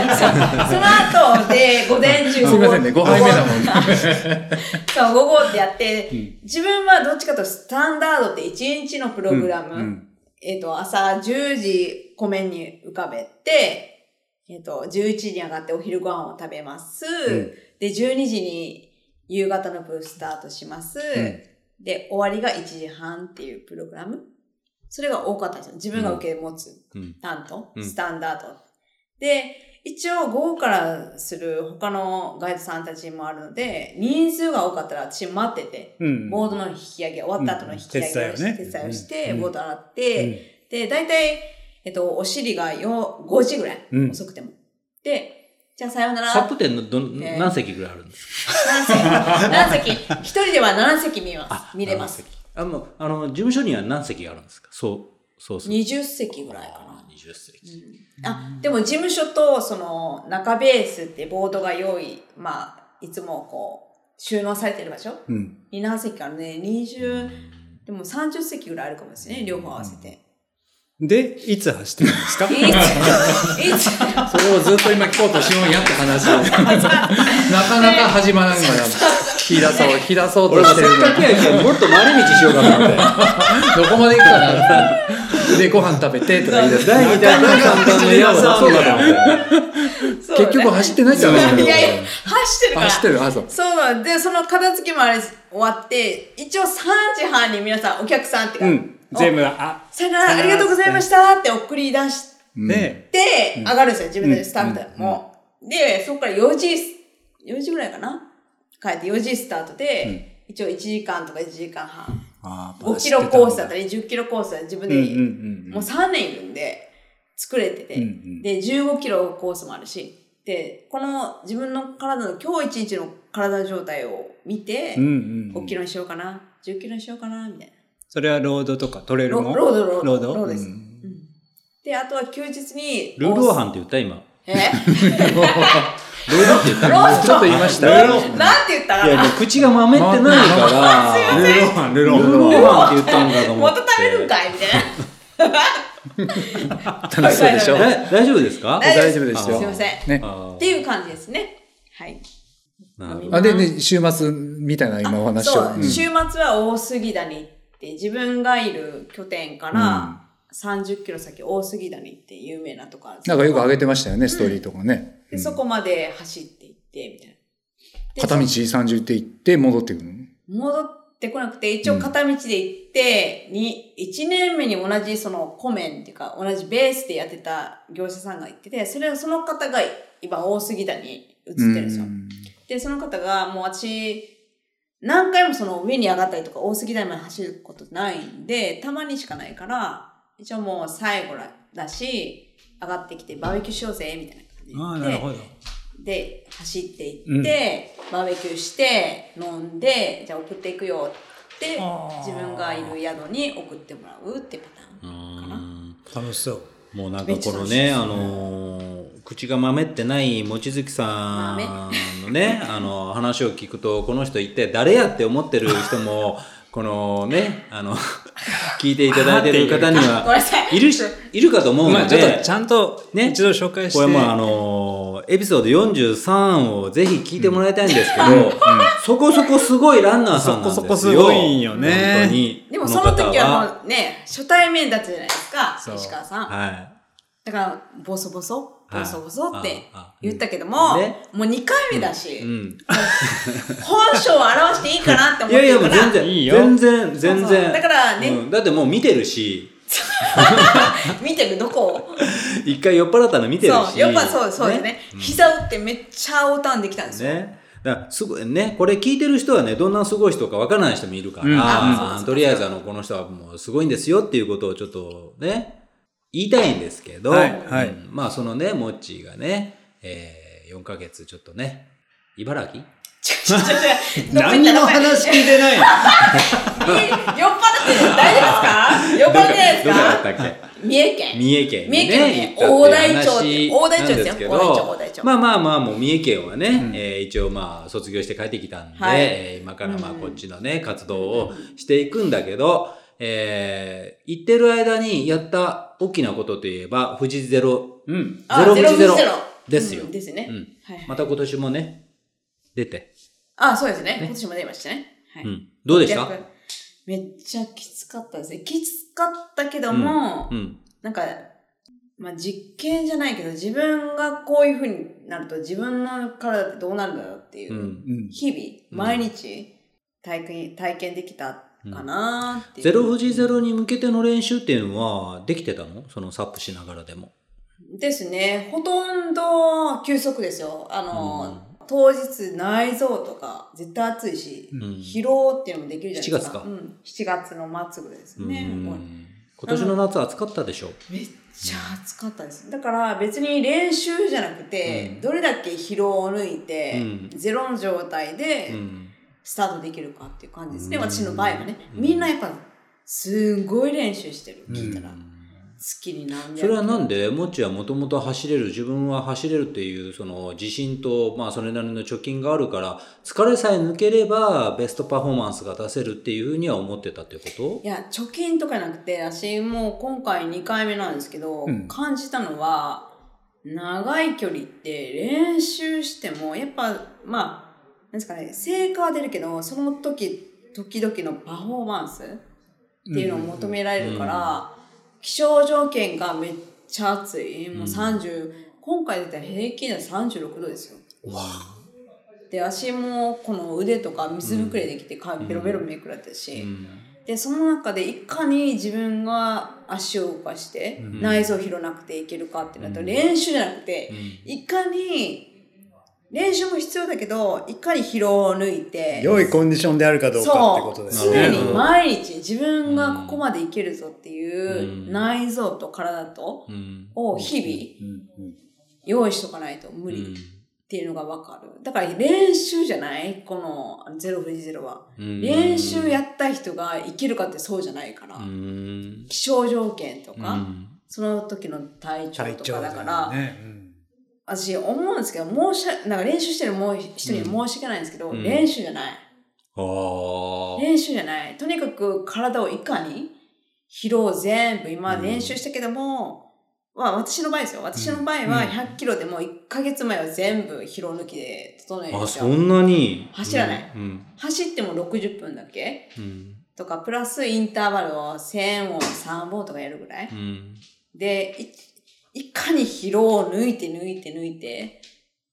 [SPEAKER 4] その後で、午前中。
[SPEAKER 3] すみませんね、5杯目だもんね。
[SPEAKER 4] そう、午後ってやって、
[SPEAKER 2] ん
[SPEAKER 4] 自分はどっちかというとスタンダードって1日のプログラム、
[SPEAKER 2] うん
[SPEAKER 4] えっ、と、朝10時湖面に浮かべて、えっ、と、11時に上がってお昼ご飯を食べます。
[SPEAKER 2] ん
[SPEAKER 4] で、12時に夕方の部スタートします。
[SPEAKER 2] ん
[SPEAKER 4] で、終わりが1時半っていうプログラム。それが多かったんですよ。自分が受け持つ。
[SPEAKER 1] うん
[SPEAKER 4] 担当、
[SPEAKER 1] うん
[SPEAKER 4] スタンダード。で、一応午後からする他のガイドさんたちもあるので、人数が多かったら私待ってて、
[SPEAKER 2] うん。
[SPEAKER 4] ボードの引き上げ、終わった後の引き上げをして、
[SPEAKER 2] うん手伝いをね
[SPEAKER 4] 手伝いをして、
[SPEAKER 2] うん
[SPEAKER 4] ボード洗って、
[SPEAKER 2] うん
[SPEAKER 4] で、大体、えっと、お尻がよ5時ぐらい、
[SPEAKER 2] うん
[SPEAKER 4] 遅くても。で、じゃあさようなら。
[SPEAKER 1] サプ店のどん
[SPEAKER 4] ね
[SPEAKER 1] 何席ぐらいあるんですか
[SPEAKER 4] 何席何席一人では何席見ます見れます。。
[SPEAKER 1] 何席あもうあの、事務所には何席あるんですかそう、そうそう。
[SPEAKER 4] 20席ぐらいかな
[SPEAKER 1] あ。ー20席。
[SPEAKER 4] あ、でも事務所とその中ベースってボードが用意、まあ、いつもこう、収納されてる場所
[SPEAKER 2] うん。
[SPEAKER 4] に何席かあるね、20、でも30席ぐらいあるかもしれない、両方合わせて。
[SPEAKER 2] で、いつ走ってるんですか
[SPEAKER 4] いつ、いつ、
[SPEAKER 3] それをずっと今聞こうとしようやって話を。なかなか始まらんから、引き出そう、引き出そうと
[SPEAKER 1] 俺も
[SPEAKER 3] して
[SPEAKER 1] せ
[SPEAKER 3] る
[SPEAKER 1] っかくやけどもっと回り道しようかなと思って。
[SPEAKER 3] どこまで行くかなって。で、ご飯食べてとか言い出す。
[SPEAKER 1] 第2弾、第3弾の矢を出そうかと思って。
[SPEAKER 4] そうね
[SPEAKER 3] 結局走ってないじゃない
[SPEAKER 4] いやいや、走ってるから。
[SPEAKER 3] 走ってる、あ、そう。
[SPEAKER 4] そうなので、その片付けもあれ終わって、一応3時半に皆さん、お客さんってか、
[SPEAKER 2] うん。全部、あ、
[SPEAKER 4] さよなら、ありがとうございましたって送り出して、
[SPEAKER 2] ね、
[SPEAKER 4] で、上がるんですよ、自分たちスタッフでも。で、そこから4時、4時ぐらいかな帰って4時スタートで、一応1時間とか1時間半。
[SPEAKER 2] あ
[SPEAKER 4] 5キロコースだったり、10キロコースだったり、自分
[SPEAKER 2] うんうん
[SPEAKER 4] で
[SPEAKER 2] うん。
[SPEAKER 4] もう3年いるんで、作れてて。
[SPEAKER 2] うんうん
[SPEAKER 4] で、15キロコースもあるし。で、この自分の体の、今日一日の体の状態を見て、
[SPEAKER 2] うんうんうん
[SPEAKER 4] 5キロにしようかな、10キロにしようかな、みたいな。
[SPEAKER 2] それはロードとかトレール
[SPEAKER 4] ロ
[SPEAKER 2] も
[SPEAKER 4] ロード、ロード。
[SPEAKER 2] ロード
[SPEAKER 4] ロードです。
[SPEAKER 2] う
[SPEAKER 4] うんんで、あとは休日に。
[SPEAKER 1] ルーローハンって言った今。
[SPEAKER 4] え
[SPEAKER 1] ルーローって言った
[SPEAKER 4] ロー
[SPEAKER 3] ちょっ
[SPEAKER 4] ド
[SPEAKER 3] と言いました
[SPEAKER 2] ロー
[SPEAKER 3] よ。
[SPEAKER 4] なんて言った
[SPEAKER 1] いや、
[SPEAKER 4] か
[SPEAKER 1] も
[SPEAKER 4] な
[SPEAKER 1] う口がまめってないから、
[SPEAKER 2] ルーローハン、ルーロ
[SPEAKER 1] ルー
[SPEAKER 2] ー
[SPEAKER 1] ロ
[SPEAKER 2] ハン。
[SPEAKER 1] ーハンって言ったんだと思
[SPEAKER 4] ま
[SPEAKER 1] って。
[SPEAKER 4] た食べるんかいみたいな。
[SPEAKER 3] 楽しそうでしょ。
[SPEAKER 1] だ大丈夫ですか
[SPEAKER 4] 大
[SPEAKER 3] 大
[SPEAKER 4] 丈
[SPEAKER 3] 丈
[SPEAKER 4] 夫
[SPEAKER 3] 夫
[SPEAKER 4] で
[SPEAKER 3] ですす
[SPEAKER 4] よ
[SPEAKER 3] よ。
[SPEAKER 4] すいません
[SPEAKER 3] ね。
[SPEAKER 1] あ
[SPEAKER 4] っていう感じですね。はい。
[SPEAKER 1] ーなるほど
[SPEAKER 3] あ、で、ね、週末みたいな今お話
[SPEAKER 4] そ
[SPEAKER 3] を。う
[SPEAKER 4] う、
[SPEAKER 3] ん
[SPEAKER 4] 週末は大杉谷に行って、自分がいる拠点から30キロ先大杉谷って有名なとこあるんです
[SPEAKER 3] なんかよく上げてましたよね、ストーリーとかね。
[SPEAKER 4] でそこまで走って行って、みたいな。で
[SPEAKER 3] 片道30って行って戻ってくるの。
[SPEAKER 4] 戻ってこなくて、一応片道で行って、に、1年目に同じそのコメンっていうか、同じベースでやってた業者さんが行ってて、それをその方が今大杉谷に移ってるんですよ。
[SPEAKER 3] うん
[SPEAKER 4] で、その方がもう私、何回もその上に上がったりとか大杉台まで走ることないんで、たまにしかないから、一応もう最後だし、上がってきてバーベキューしようぜ、みたいな
[SPEAKER 2] ああ、
[SPEAKER 4] 感じ
[SPEAKER 2] な
[SPEAKER 4] で
[SPEAKER 2] るほど。
[SPEAKER 4] で、走って行って、バーベキューして、飲んで、じゃあ送っていくよって
[SPEAKER 2] あー、
[SPEAKER 4] 自分がいる宿に送ってもらうってパターン。
[SPEAKER 1] うーん
[SPEAKER 2] 楽しそう。
[SPEAKER 1] もうなんかこの
[SPEAKER 4] めっ
[SPEAKER 1] ね、
[SPEAKER 4] ちゃ
[SPEAKER 1] あのー口が豆ってない望月さんのね、あの話を聞くと、この人一体誰やって思ってる人も、 このね、あの、聞いていただいてる方に
[SPEAKER 4] ごめんな
[SPEAKER 1] は、
[SPEAKER 4] さい。
[SPEAKER 1] いるし、いるかと思う
[SPEAKER 2] まあ
[SPEAKER 1] の
[SPEAKER 2] ちょっ
[SPEAKER 1] で
[SPEAKER 2] とち、ゃんと
[SPEAKER 1] ね
[SPEAKER 2] 一度紹介して。
[SPEAKER 1] これまああのーエピソード43をぜひ聞いてもらいたいんですけど、そこそこすごいランナーさんなんですよ。
[SPEAKER 2] そこそこすごいんよね
[SPEAKER 1] 本当に。
[SPEAKER 4] でもその時は
[SPEAKER 1] こ
[SPEAKER 4] もうね、初対面だったじゃないですか、
[SPEAKER 2] そう
[SPEAKER 4] 石川
[SPEAKER 1] の
[SPEAKER 4] さ
[SPEAKER 1] 方
[SPEAKER 4] ん。
[SPEAKER 1] ははい。
[SPEAKER 4] だから、ボソボソ、
[SPEAKER 1] はい
[SPEAKER 4] ボソボソって
[SPEAKER 1] ああ
[SPEAKER 4] 言ったけども、
[SPEAKER 1] ね
[SPEAKER 4] もう2回目だし、
[SPEAKER 1] うん。
[SPEAKER 4] 本性を表していいかなって思
[SPEAKER 1] い
[SPEAKER 4] っ
[SPEAKER 1] やい
[SPEAKER 4] て
[SPEAKER 1] や、
[SPEAKER 4] る
[SPEAKER 1] も
[SPEAKER 4] か
[SPEAKER 1] う
[SPEAKER 4] ら、
[SPEAKER 1] 全然、
[SPEAKER 2] いいよ
[SPEAKER 1] 全然、全
[SPEAKER 4] そうそう
[SPEAKER 1] 然。
[SPEAKER 4] だからね
[SPEAKER 1] うんだってもう見てるし、
[SPEAKER 4] 見てるどこを。
[SPEAKER 1] 一回酔っ払ったの見てる
[SPEAKER 4] そ
[SPEAKER 1] し。
[SPEAKER 4] う、やっぱそうそうですね。膝打ってめっちゃおたんできたんですよ。
[SPEAKER 1] ね。だからすごいね、これ聞いてる人はね、どんなすごい人かわからない人もいるから、
[SPEAKER 2] うん
[SPEAKER 4] あそうそう
[SPEAKER 1] とりあえずあの、この人はもうすごいんですよっていうことをちょっとね、言いたいんですけど、
[SPEAKER 2] はいはい
[SPEAKER 1] うんまあそのね、モッチーがね、えー、4ヶ月ちょっとね、茨城
[SPEAKER 4] ちょちょちょちょ、
[SPEAKER 2] 何にも話聞いてない。
[SPEAKER 4] え酔っ払ってる大丈夫ですか酔っ払ってないです
[SPEAKER 1] どこだっ
[SPEAKER 4] か
[SPEAKER 1] たっけ
[SPEAKER 4] 三重県。
[SPEAKER 1] 三重県に
[SPEAKER 4] 三重県のね
[SPEAKER 1] ね、行ったっていう話
[SPEAKER 4] 大台町って大台町ですよ
[SPEAKER 1] なんけど
[SPEAKER 4] 大台町大台町
[SPEAKER 1] まあまあまあ、もう三重県はね、えー一応まあ、卒業して帰ってきたんで、
[SPEAKER 4] はい
[SPEAKER 1] えー今からまあ、こっちのね、活動をしていくんだけど、えー行ってる間にやった大きなことといえば、富士ゼロ、
[SPEAKER 2] うん。
[SPEAKER 4] あ
[SPEAKER 1] ゼロ富士ゼロ
[SPEAKER 4] ゼロ
[SPEAKER 1] ですよ
[SPEAKER 4] うんですね
[SPEAKER 1] う。ん
[SPEAKER 4] はい
[SPEAKER 1] また今年もね、出て。
[SPEAKER 4] あ、そうですね。今年も出ましたね。はい
[SPEAKER 1] うん。どうでした
[SPEAKER 4] 逆めっちゃきつかったですね。きつかったけども、
[SPEAKER 1] うん。
[SPEAKER 4] なんか、まあ、実験じゃないけど、自分がこういう風になると自分の体ってどうなるんだろうっていうう、
[SPEAKER 1] ん。
[SPEAKER 2] うん。
[SPEAKER 4] 日
[SPEAKER 1] うん
[SPEAKER 4] 々、毎日体験、体験できたかなっていう。
[SPEAKER 1] ゼロ富士ゼロに向けての練習っていうのは、できてたのそのサップしながらでも。
[SPEAKER 4] ですね。ほとんど休息ですよ。あの、当日内臓とか絶対暑いし、
[SPEAKER 1] うん
[SPEAKER 4] 疲労っていうのもできるじゃないですか。
[SPEAKER 1] 7月か
[SPEAKER 4] うん。7月の末ぐらいですね。
[SPEAKER 1] うん
[SPEAKER 4] もう
[SPEAKER 1] 今年の夏暑かったでしょ
[SPEAKER 4] めっちゃ暑かったです。だから別に練習じゃなくて、どれだけ疲労を抜いて、
[SPEAKER 1] うん
[SPEAKER 4] ゼロの状態で
[SPEAKER 1] うん
[SPEAKER 4] スタートできるかっていう感じですね。
[SPEAKER 1] うん
[SPEAKER 4] 私の場合はね。
[SPEAKER 1] うん
[SPEAKER 4] みんなやっぱ、すごい練習してる。聞いたら。好きになんで。
[SPEAKER 1] それはなんでもっちはもともと走れる自分は走れるっていうその自信と、まあ、それなりの貯金があるから疲れさえ抜ければベストパフォーマンスが出せるっていうふうには思ってたってこ
[SPEAKER 4] いや、貯金とかなくて、私もう今回2回目なんですけど、
[SPEAKER 2] うん
[SPEAKER 4] 感じたのは、長い距離って練習しても、やっぱ、まあ、なんですかね、成果は出るけど、その時、時々のパフォーマンスっていうのを求められるから、気象条件がめっちゃ暑い。もう30、今回出たら平均で36度ですよ。で、足もこの腕とか水ぶくれできて、かベロベロめくらってたし、
[SPEAKER 1] と、うん
[SPEAKER 4] でその中でいかに自分が足を動かして、内臓を広なくていけるかってなると、練習じゃなくて、いかに練習も必要だけどいかに疲労を抜いて
[SPEAKER 2] 良いコンディションであるかどうかってことです
[SPEAKER 4] そう常
[SPEAKER 2] ね。
[SPEAKER 4] に毎日自分がここまでいけるぞっていう、
[SPEAKER 1] うん
[SPEAKER 4] 内臓と体と
[SPEAKER 1] うん
[SPEAKER 4] を日々
[SPEAKER 2] うんうん
[SPEAKER 4] 用意しとかないと無
[SPEAKER 1] う
[SPEAKER 4] 理
[SPEAKER 1] ん
[SPEAKER 4] っていうのがわかるだから練習じゃないこの「ゼロ富士ゼロは、
[SPEAKER 1] うん
[SPEAKER 4] 練習やった人が生きるかってそうじゃないから、
[SPEAKER 1] うん
[SPEAKER 4] 気象条件とか、
[SPEAKER 1] うん
[SPEAKER 4] その時の体調
[SPEAKER 2] 体
[SPEAKER 4] と
[SPEAKER 2] 調
[SPEAKER 4] か
[SPEAKER 2] だ
[SPEAKER 4] だか、
[SPEAKER 2] かららね。うん
[SPEAKER 4] 私思うんですけど申しなんか練習してるもう人には申し訳ないんですけど、
[SPEAKER 1] うん
[SPEAKER 4] 練習じゃない
[SPEAKER 1] あー
[SPEAKER 4] 練習じゃないとにかく体をいかに疲労を全部今
[SPEAKER 1] うん
[SPEAKER 4] 練習したけども、まあ私の場合ですよ私の場合は
[SPEAKER 1] うん
[SPEAKER 4] 100キロでも1ヶ月前は全部疲労抜きで整えるん
[SPEAKER 1] あ
[SPEAKER 4] です
[SPEAKER 1] そ
[SPEAKER 4] よ
[SPEAKER 1] んなに
[SPEAKER 4] 走らない、
[SPEAKER 1] うん
[SPEAKER 4] 走っても60分だけ
[SPEAKER 1] うん
[SPEAKER 4] とかプラスインターバルを1000を3本とかやるぐらい
[SPEAKER 1] うんうん
[SPEAKER 4] で、いいかに疲労を抜いて抜いて抜いて、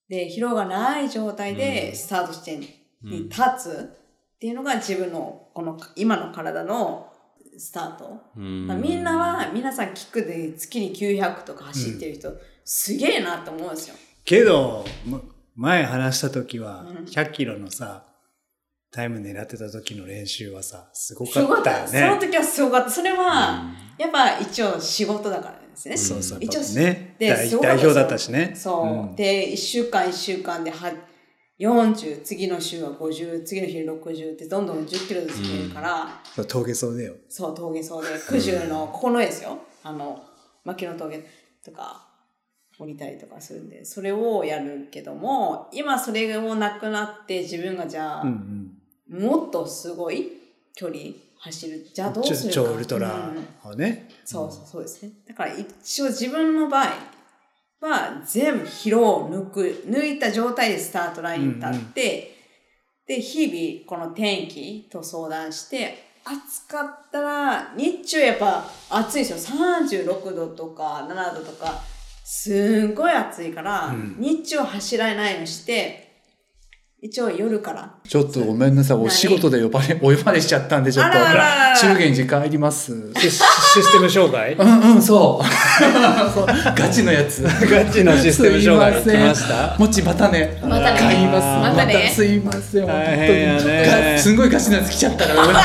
[SPEAKER 4] で、疲労がない状態
[SPEAKER 1] う
[SPEAKER 4] で
[SPEAKER 1] ん
[SPEAKER 4] スタート地点に
[SPEAKER 1] うん
[SPEAKER 4] 立つっていうのが自分の、この今の体のスタート。
[SPEAKER 1] うん
[SPEAKER 4] まあみんなは、皆さん聞くで月に900とか走ってる人、すげえなと思うんですよ。
[SPEAKER 2] けど、ま前話した時は
[SPEAKER 4] うん、
[SPEAKER 2] 100キロのさ、タイム狙ってた時の練習はさ、すご
[SPEAKER 4] す
[SPEAKER 2] か
[SPEAKER 4] ごか
[SPEAKER 2] っ
[SPEAKER 4] った
[SPEAKER 2] よ
[SPEAKER 4] た。その
[SPEAKER 2] ね。
[SPEAKER 4] 時はすごかった。それは、やっぱ一応仕事だからですね。
[SPEAKER 2] そうそう。
[SPEAKER 4] 一応
[SPEAKER 2] ね。
[SPEAKER 4] で
[SPEAKER 2] 代
[SPEAKER 4] すご
[SPEAKER 2] 代
[SPEAKER 4] かったです
[SPEAKER 2] 表だったしね。
[SPEAKER 4] そう。
[SPEAKER 2] ん
[SPEAKER 4] で、1週間1週間では40、次の週は50、次の日60ってどんどん10キロずつ減るから、
[SPEAKER 2] そう峠そうだよ。
[SPEAKER 4] そう、峠層で、九十のここの絵ですよ。あの、牧野峠とか、降りたりとかするんで、それをやるけども、今それもなくなって、自分がじゃあ、
[SPEAKER 2] うんうん。
[SPEAKER 4] もっとすごい距離走る。じゃあどう
[SPEAKER 2] ちょ
[SPEAKER 4] するか。
[SPEAKER 2] 超ウルトラ
[SPEAKER 4] うん
[SPEAKER 2] をね。
[SPEAKER 4] そうそうそうですね。だから一応自分の場合は全部疲労を抜く、抜いた状態でスタートラインに立って、で、日々この天気と相談して、暑かったら、日中やっぱ暑いですよ。36度とか7度とか、すんごい暑いから、
[SPEAKER 2] うん
[SPEAKER 4] 日中は走らないようにして、一応夜から
[SPEAKER 3] ちょっとごめんなさい。お仕事で呼ばれ、お 呼ばれしちゃったんで、ちょっと。
[SPEAKER 4] あらあらあら
[SPEAKER 3] 中元寺帰ります。
[SPEAKER 2] シスシステム障害
[SPEAKER 3] うんうん、そう。そうガチのやつ。
[SPEAKER 2] ガチのシステム障害
[SPEAKER 3] すいません
[SPEAKER 2] 来ました
[SPEAKER 3] もちまたね。
[SPEAKER 5] またね
[SPEAKER 3] 買います。
[SPEAKER 2] ま
[SPEAKER 5] たね
[SPEAKER 3] すいません。本当
[SPEAKER 2] 大
[SPEAKER 3] に
[SPEAKER 2] 変やね
[SPEAKER 3] がすんごいガチなやつ来ちゃったからごめん。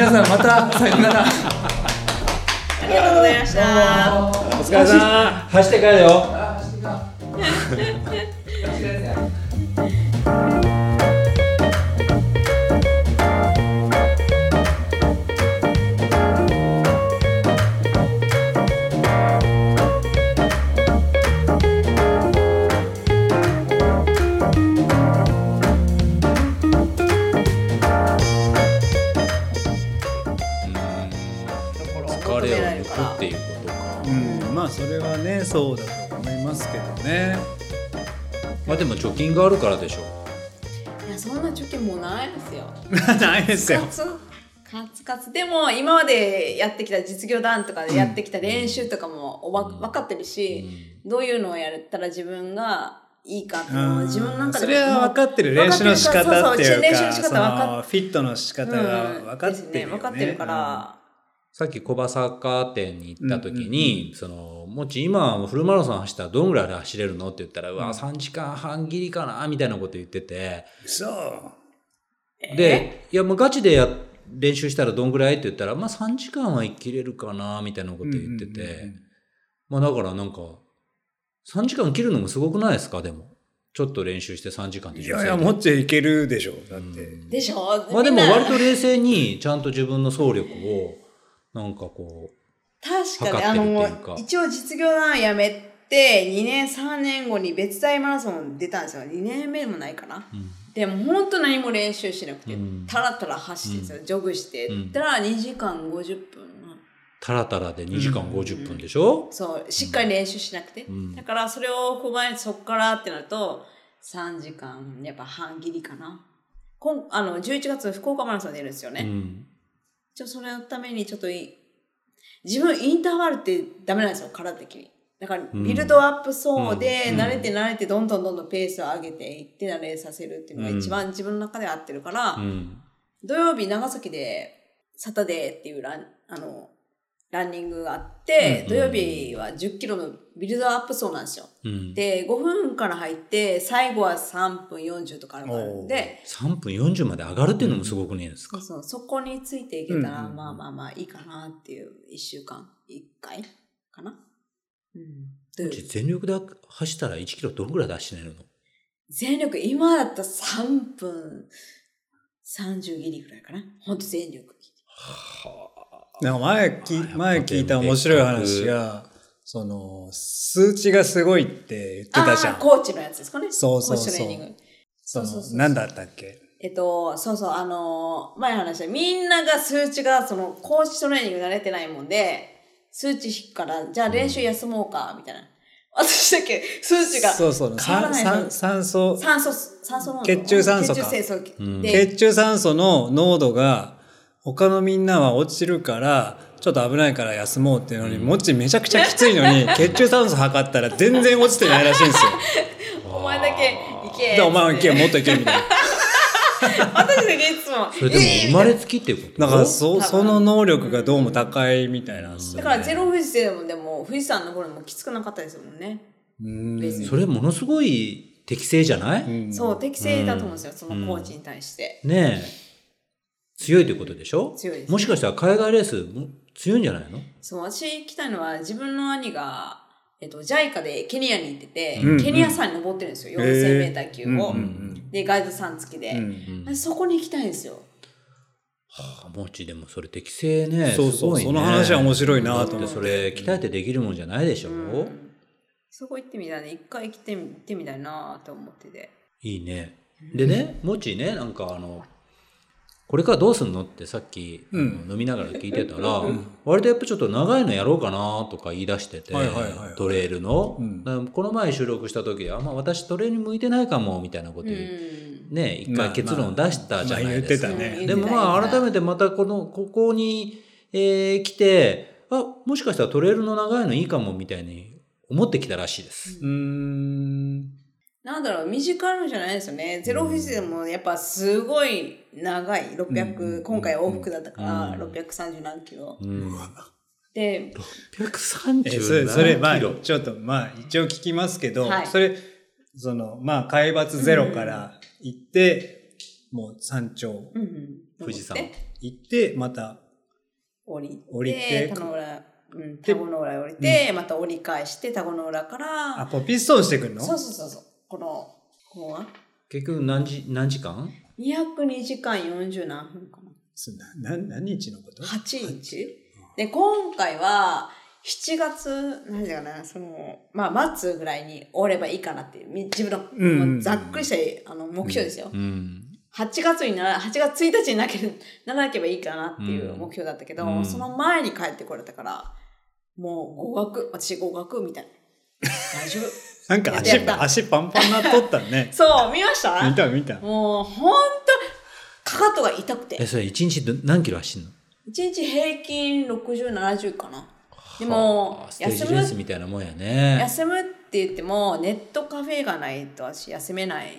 [SPEAKER 3] 皆さんまたさよ なら。
[SPEAKER 4] ありがとうございました。
[SPEAKER 1] お疲れさん走って帰るよ疲れを抜くっていうことか
[SPEAKER 2] うんまあそれはねそうだと思いますけどね
[SPEAKER 1] まあでも貯金があるからでしょ
[SPEAKER 4] いやそんな貯金もうないですよ。
[SPEAKER 2] ないですよ
[SPEAKER 4] カツカツカツでも今までやってきた実業団とかでやってきた練習とかもおわ
[SPEAKER 1] うん
[SPEAKER 4] 分かってるし、どういうのをやったら自分がいいかっていうのを自分の
[SPEAKER 2] うんそ
[SPEAKER 4] 中で
[SPEAKER 2] れは分かってる練習の仕方っていう
[SPEAKER 4] 分かっ
[SPEAKER 2] か
[SPEAKER 4] てるからそうそう練習の
[SPEAKER 2] そ
[SPEAKER 4] 仕方は分か
[SPEAKER 2] のフィットの仕方が
[SPEAKER 4] うん
[SPEAKER 2] 分かっ
[SPEAKER 4] です
[SPEAKER 2] て
[SPEAKER 4] ね
[SPEAKER 2] るよ
[SPEAKER 4] 分かってるから、
[SPEAKER 1] さっき小バサッカー店に行った時に、その、もち今フルマラソン走ったらどんぐらいで走れるのって言ったら、うわ、3時間半切りかなみたいなこと言ってて、
[SPEAKER 2] そう
[SPEAKER 1] で、いや、もうガチでや練習したらどんぐらいって言ったら、まあ3時間は生きれるかなみたいなこと言ってて、まあだからなんか、3時間切るのもすごくないですかでも。ちょっと練習して3時間って
[SPEAKER 2] い
[SPEAKER 1] 女性
[SPEAKER 2] や
[SPEAKER 1] で
[SPEAKER 2] いやもっちゃいけるでしょだっ
[SPEAKER 1] う
[SPEAKER 2] て
[SPEAKER 1] ん
[SPEAKER 4] でしょ
[SPEAKER 1] まあでも
[SPEAKER 4] みんな
[SPEAKER 1] 割と冷静にちゃんと自分の走力を、なんかこ
[SPEAKER 4] 確かに
[SPEAKER 1] 測って
[SPEAKER 4] あ
[SPEAKER 1] るっていうか
[SPEAKER 4] の一応実業団辞めて2年3年後に別大マラソン出たんですよ2年目もないかな
[SPEAKER 1] う、うん
[SPEAKER 4] でも本当何も練習しなくて、
[SPEAKER 1] うん
[SPEAKER 4] たらたら走ってたよジョグして、
[SPEAKER 1] うん
[SPEAKER 4] たら2時間50分の
[SPEAKER 1] タラタラで2時間50分でしょ、
[SPEAKER 4] そうしっかり練習しなくて、
[SPEAKER 1] ん
[SPEAKER 4] だからそれを踏まえてそこからってなると3時間やっぱ半切りかな今あの11月福岡マラソン出るんですよね、
[SPEAKER 1] うん
[SPEAKER 4] 一応それのためにちょっとい自分インターバルってダメなんですよ体的にだから
[SPEAKER 1] ん
[SPEAKER 4] ビルドアップそうで、
[SPEAKER 1] うん
[SPEAKER 4] 慣れて慣れてどんどんどんどんペースを上げていって慣れさせるっていうのが一番自分の中で合ってるから、
[SPEAKER 1] うん
[SPEAKER 4] 土曜日長崎でサタデーっていうランあのランニングがあって、
[SPEAKER 1] うん
[SPEAKER 4] 土曜日は10キロのビルドアップ走なんですよ。
[SPEAKER 1] うん、
[SPEAKER 4] で、5分から入って、最後は3分40とかあるんで、
[SPEAKER 1] 3分40まで上がるっていうのもすごくないです
[SPEAKER 4] そ
[SPEAKER 1] か
[SPEAKER 4] う、そうそこについていけたら、
[SPEAKER 2] うん
[SPEAKER 4] まあまあまあいいかなっていう、1週間、1回かな。うん。土曜
[SPEAKER 1] うち
[SPEAKER 4] 日
[SPEAKER 1] 全力で走ったら1キロどんぐらい出してるの
[SPEAKER 4] 全力、今だったら3分30ギリぐらいかな。ほんと全力。
[SPEAKER 2] なんか前き前聞いた面白い話がその数値がすごいって言ってたじゃ
[SPEAKER 4] あー
[SPEAKER 2] ん
[SPEAKER 4] コーチのやつですかね。
[SPEAKER 2] そうそうそう
[SPEAKER 4] コーチトレーニング。
[SPEAKER 2] そ
[SPEAKER 4] そうそうそう
[SPEAKER 2] のなんだったっけ
[SPEAKER 4] えっと、そうそう、あのー前話した、みんなが数値が、その、コーチトレーニング慣れてないもんで、数値引くから、じゃあ練習休もうか、みたいな。 私だっけ、数値が、
[SPEAKER 2] そうそう
[SPEAKER 4] 変わら
[SPEAKER 2] さ
[SPEAKER 4] ない
[SPEAKER 2] さ酸素
[SPEAKER 4] 酸素、酸素濃度
[SPEAKER 2] 血中酸素か
[SPEAKER 4] 血中酸素
[SPEAKER 1] うん
[SPEAKER 4] で、
[SPEAKER 2] 血中酸素の濃度が他のみんなは落ちるからちょっと危ないから休もうっていうのに、もっちめちゃくちゃきつい のに血中酸素測ったら全然落ちてないらしいんですよ。
[SPEAKER 4] お前だけ行け。
[SPEAKER 2] でお前は行け
[SPEAKER 4] っ
[SPEAKER 2] よ
[SPEAKER 4] て
[SPEAKER 2] もっと行けみたい
[SPEAKER 4] 私だけいつも。
[SPEAKER 1] それでも生まれつきっていうこと
[SPEAKER 2] な。だからそ
[SPEAKER 4] 多分
[SPEAKER 2] その能力がどうも高いみたいなんです
[SPEAKER 4] だ
[SPEAKER 2] よ。
[SPEAKER 4] から、ゼロ富士でも、でも、富士山の頃もきつくなかったですもんね。
[SPEAKER 2] うん
[SPEAKER 4] 別に
[SPEAKER 1] そ。れものすごい適正じゃない、
[SPEAKER 2] うん
[SPEAKER 4] そう、適正だと思うんですよ、そのコーチに対して。
[SPEAKER 1] ねえ強いということでしょ
[SPEAKER 4] 強いです
[SPEAKER 1] もしかしたら海外レースも強いんじゃないの
[SPEAKER 4] そう、私来たのは自分の兄が、えっと、JICA でケニアに行ってて、
[SPEAKER 2] うん
[SPEAKER 4] ケニア山に登ってるんですよ、
[SPEAKER 2] へー
[SPEAKER 4] 4000メーター級を。
[SPEAKER 2] うんうん
[SPEAKER 4] で、ガイドさん付きで。
[SPEAKER 1] うん
[SPEAKER 4] そこに行きたいんですよ。
[SPEAKER 1] あもちでもそれ適正ね。
[SPEAKER 2] そうそう
[SPEAKER 1] すごいね
[SPEAKER 2] その話は面白いなと
[SPEAKER 1] だっ
[SPEAKER 2] 思ってて
[SPEAKER 1] それ鍛えてできるもんじゃないでしょ、
[SPEAKER 4] うんそこ行ってみたいね。一回来てみ行ってみたいなと思ってて。
[SPEAKER 1] いいね。でね、もちね、なんかあの、これからどうすんのってさっき、あの
[SPEAKER 2] うん
[SPEAKER 1] 飲みながら聞いてたら、割とやっぱちょっと長いのやろうかなとか言い出してて、
[SPEAKER 2] はいはいはい
[SPEAKER 1] トレイルの、
[SPEAKER 2] うん
[SPEAKER 1] だからこの前収録した時、あんまあ私トレイルに向いてないかも、みたいなこと言う
[SPEAKER 4] うん
[SPEAKER 1] ね、一回結論を出したじゃないですか。
[SPEAKER 2] まあまあまあ言って
[SPEAKER 1] で
[SPEAKER 2] たね
[SPEAKER 1] もまあ改め
[SPEAKER 4] て。
[SPEAKER 1] てまたこの、ここに、えー来て、あ、もしかしたらトレイルの長いのいいかも、みたいに思ってきたらしいです。
[SPEAKER 2] うーん
[SPEAKER 4] なんだろう、短いのじゃないですよね。ゼロフィスでもやっぱすごい長い。600、今回往復だったから、
[SPEAKER 1] うん
[SPEAKER 4] 630何キロ。
[SPEAKER 1] うん。
[SPEAKER 4] で、
[SPEAKER 1] 137キ
[SPEAKER 2] え
[SPEAKER 1] ロ。
[SPEAKER 2] それそれまあちょっとまあ一応聞きますけど、
[SPEAKER 4] はい
[SPEAKER 2] それそのまあ海抜ゼロから行って、もう山頂
[SPEAKER 4] うんうん
[SPEAKER 1] 富士山
[SPEAKER 4] 登って
[SPEAKER 2] 行ってまた
[SPEAKER 4] 降りて、
[SPEAKER 2] 降りて
[SPEAKER 4] 田の浦、うん、田子の浦降りて、また折り返して、田子の浦から、
[SPEAKER 2] あポピストンしてくるの
[SPEAKER 4] そうそうそうそう、この、ここは
[SPEAKER 1] 結局何時何時間
[SPEAKER 4] 202時間40何分かな。
[SPEAKER 2] そうなな何日のこと
[SPEAKER 4] 8日で、今回は、7月、何時かな、その、まあ、末ぐらいに折ればいいかなっていう、み自分の、
[SPEAKER 2] うん
[SPEAKER 4] もうざっくりした、あの、目標ですよ。
[SPEAKER 1] うん。
[SPEAKER 4] 8月になら、8月1日になけれならなければいいかなっていう
[SPEAKER 1] うん
[SPEAKER 4] 目標だったけど、
[SPEAKER 1] うん
[SPEAKER 4] その前に帰ってこれたから、もう合格、私合格みたいな。大丈夫。
[SPEAKER 2] なんか
[SPEAKER 4] や
[SPEAKER 2] 足
[SPEAKER 4] った
[SPEAKER 2] 足パンパンになっとった ね
[SPEAKER 4] そう、見ました
[SPEAKER 2] 見た見た
[SPEAKER 4] もう、ほんと、かかとが痛くて
[SPEAKER 1] え、。それ一日ど何キロ走るの
[SPEAKER 4] 1日平均60、70かな。でも
[SPEAKER 1] ス、テージ
[SPEAKER 4] 休
[SPEAKER 1] レー
[SPEAKER 4] む
[SPEAKER 1] スみたいなもんやね。
[SPEAKER 4] 休むって言ってもネットカフェがないと私休めないん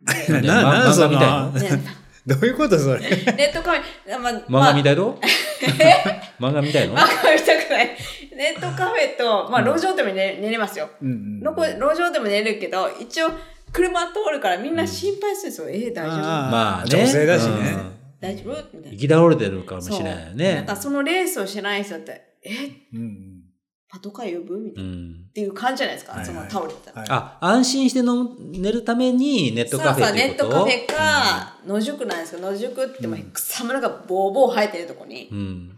[SPEAKER 4] で、
[SPEAKER 2] な
[SPEAKER 1] ね
[SPEAKER 2] な
[SPEAKER 1] ま
[SPEAKER 2] なんそ
[SPEAKER 1] 漫画
[SPEAKER 2] の どういうことそれ
[SPEAKER 4] ネットカフェまあ
[SPEAKER 1] 漫
[SPEAKER 4] まあ
[SPEAKER 1] 画見たいの 漫画見たいの
[SPEAKER 4] 漫画見たくないネットカフェと、まあ、路上でも寝寝れますよ、
[SPEAKER 2] うんうん
[SPEAKER 4] どこ路上でも寝れるけど一応車通るからみんな心配するんですよ、えー、大丈夫
[SPEAKER 2] あ
[SPEAKER 1] まあね。
[SPEAKER 2] 女性だしね
[SPEAKER 4] 大丈夫みた
[SPEAKER 1] うん。行
[SPEAKER 4] いな
[SPEAKER 1] き倒れてるかもしれないよ
[SPEAKER 4] なん
[SPEAKER 1] ね。
[SPEAKER 4] かそのレースをしてない人ってえ
[SPEAKER 2] うんうん
[SPEAKER 4] パトカー呼ぶみた
[SPEAKER 1] う
[SPEAKER 4] いな、っ
[SPEAKER 1] ん。
[SPEAKER 4] ていう感じじゃないですか、
[SPEAKER 2] はいはい
[SPEAKER 4] その倒れてたら、
[SPEAKER 2] はい
[SPEAKER 1] あ、安心しての寝るためにネット
[SPEAKER 4] さ
[SPEAKER 1] カ
[SPEAKER 4] あ
[SPEAKER 1] フェ
[SPEAKER 4] さ
[SPEAKER 1] っ
[SPEAKER 4] あネ
[SPEAKER 1] て
[SPEAKER 4] ッ
[SPEAKER 1] こと
[SPEAKER 4] トカフェか野宿なんですけど野宿ってまあ草むらがボーボー生えてるとこに
[SPEAKER 1] うん。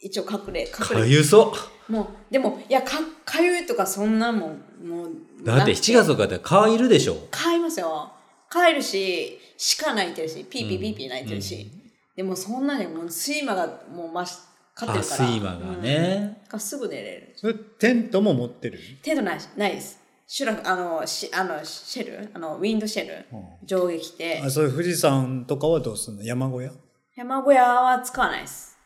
[SPEAKER 4] 一応隠れ
[SPEAKER 1] か
[SPEAKER 4] 隠れ
[SPEAKER 1] ゆそ
[SPEAKER 4] もうでもいやかかゆいとかそんなもんもう
[SPEAKER 1] う。だって7月とかって蚊いるでしょ。
[SPEAKER 4] 帰りますよ帰るし鹿鳴いてるしピーピーピーピー鳴いてるし、でもそんなにもう睡魔がもう増し勝って
[SPEAKER 1] あ、
[SPEAKER 4] るから
[SPEAKER 1] 睡魔が、ね
[SPEAKER 4] うん。だからすぐ寝れる
[SPEAKER 2] それテントも持ってる
[SPEAKER 4] 程度ないしないですシュラフあのしあのシェルあのウィンドシェル、上下着て
[SPEAKER 2] あそういう富士山とかはどうすんの山小屋
[SPEAKER 4] 山小屋は使わないです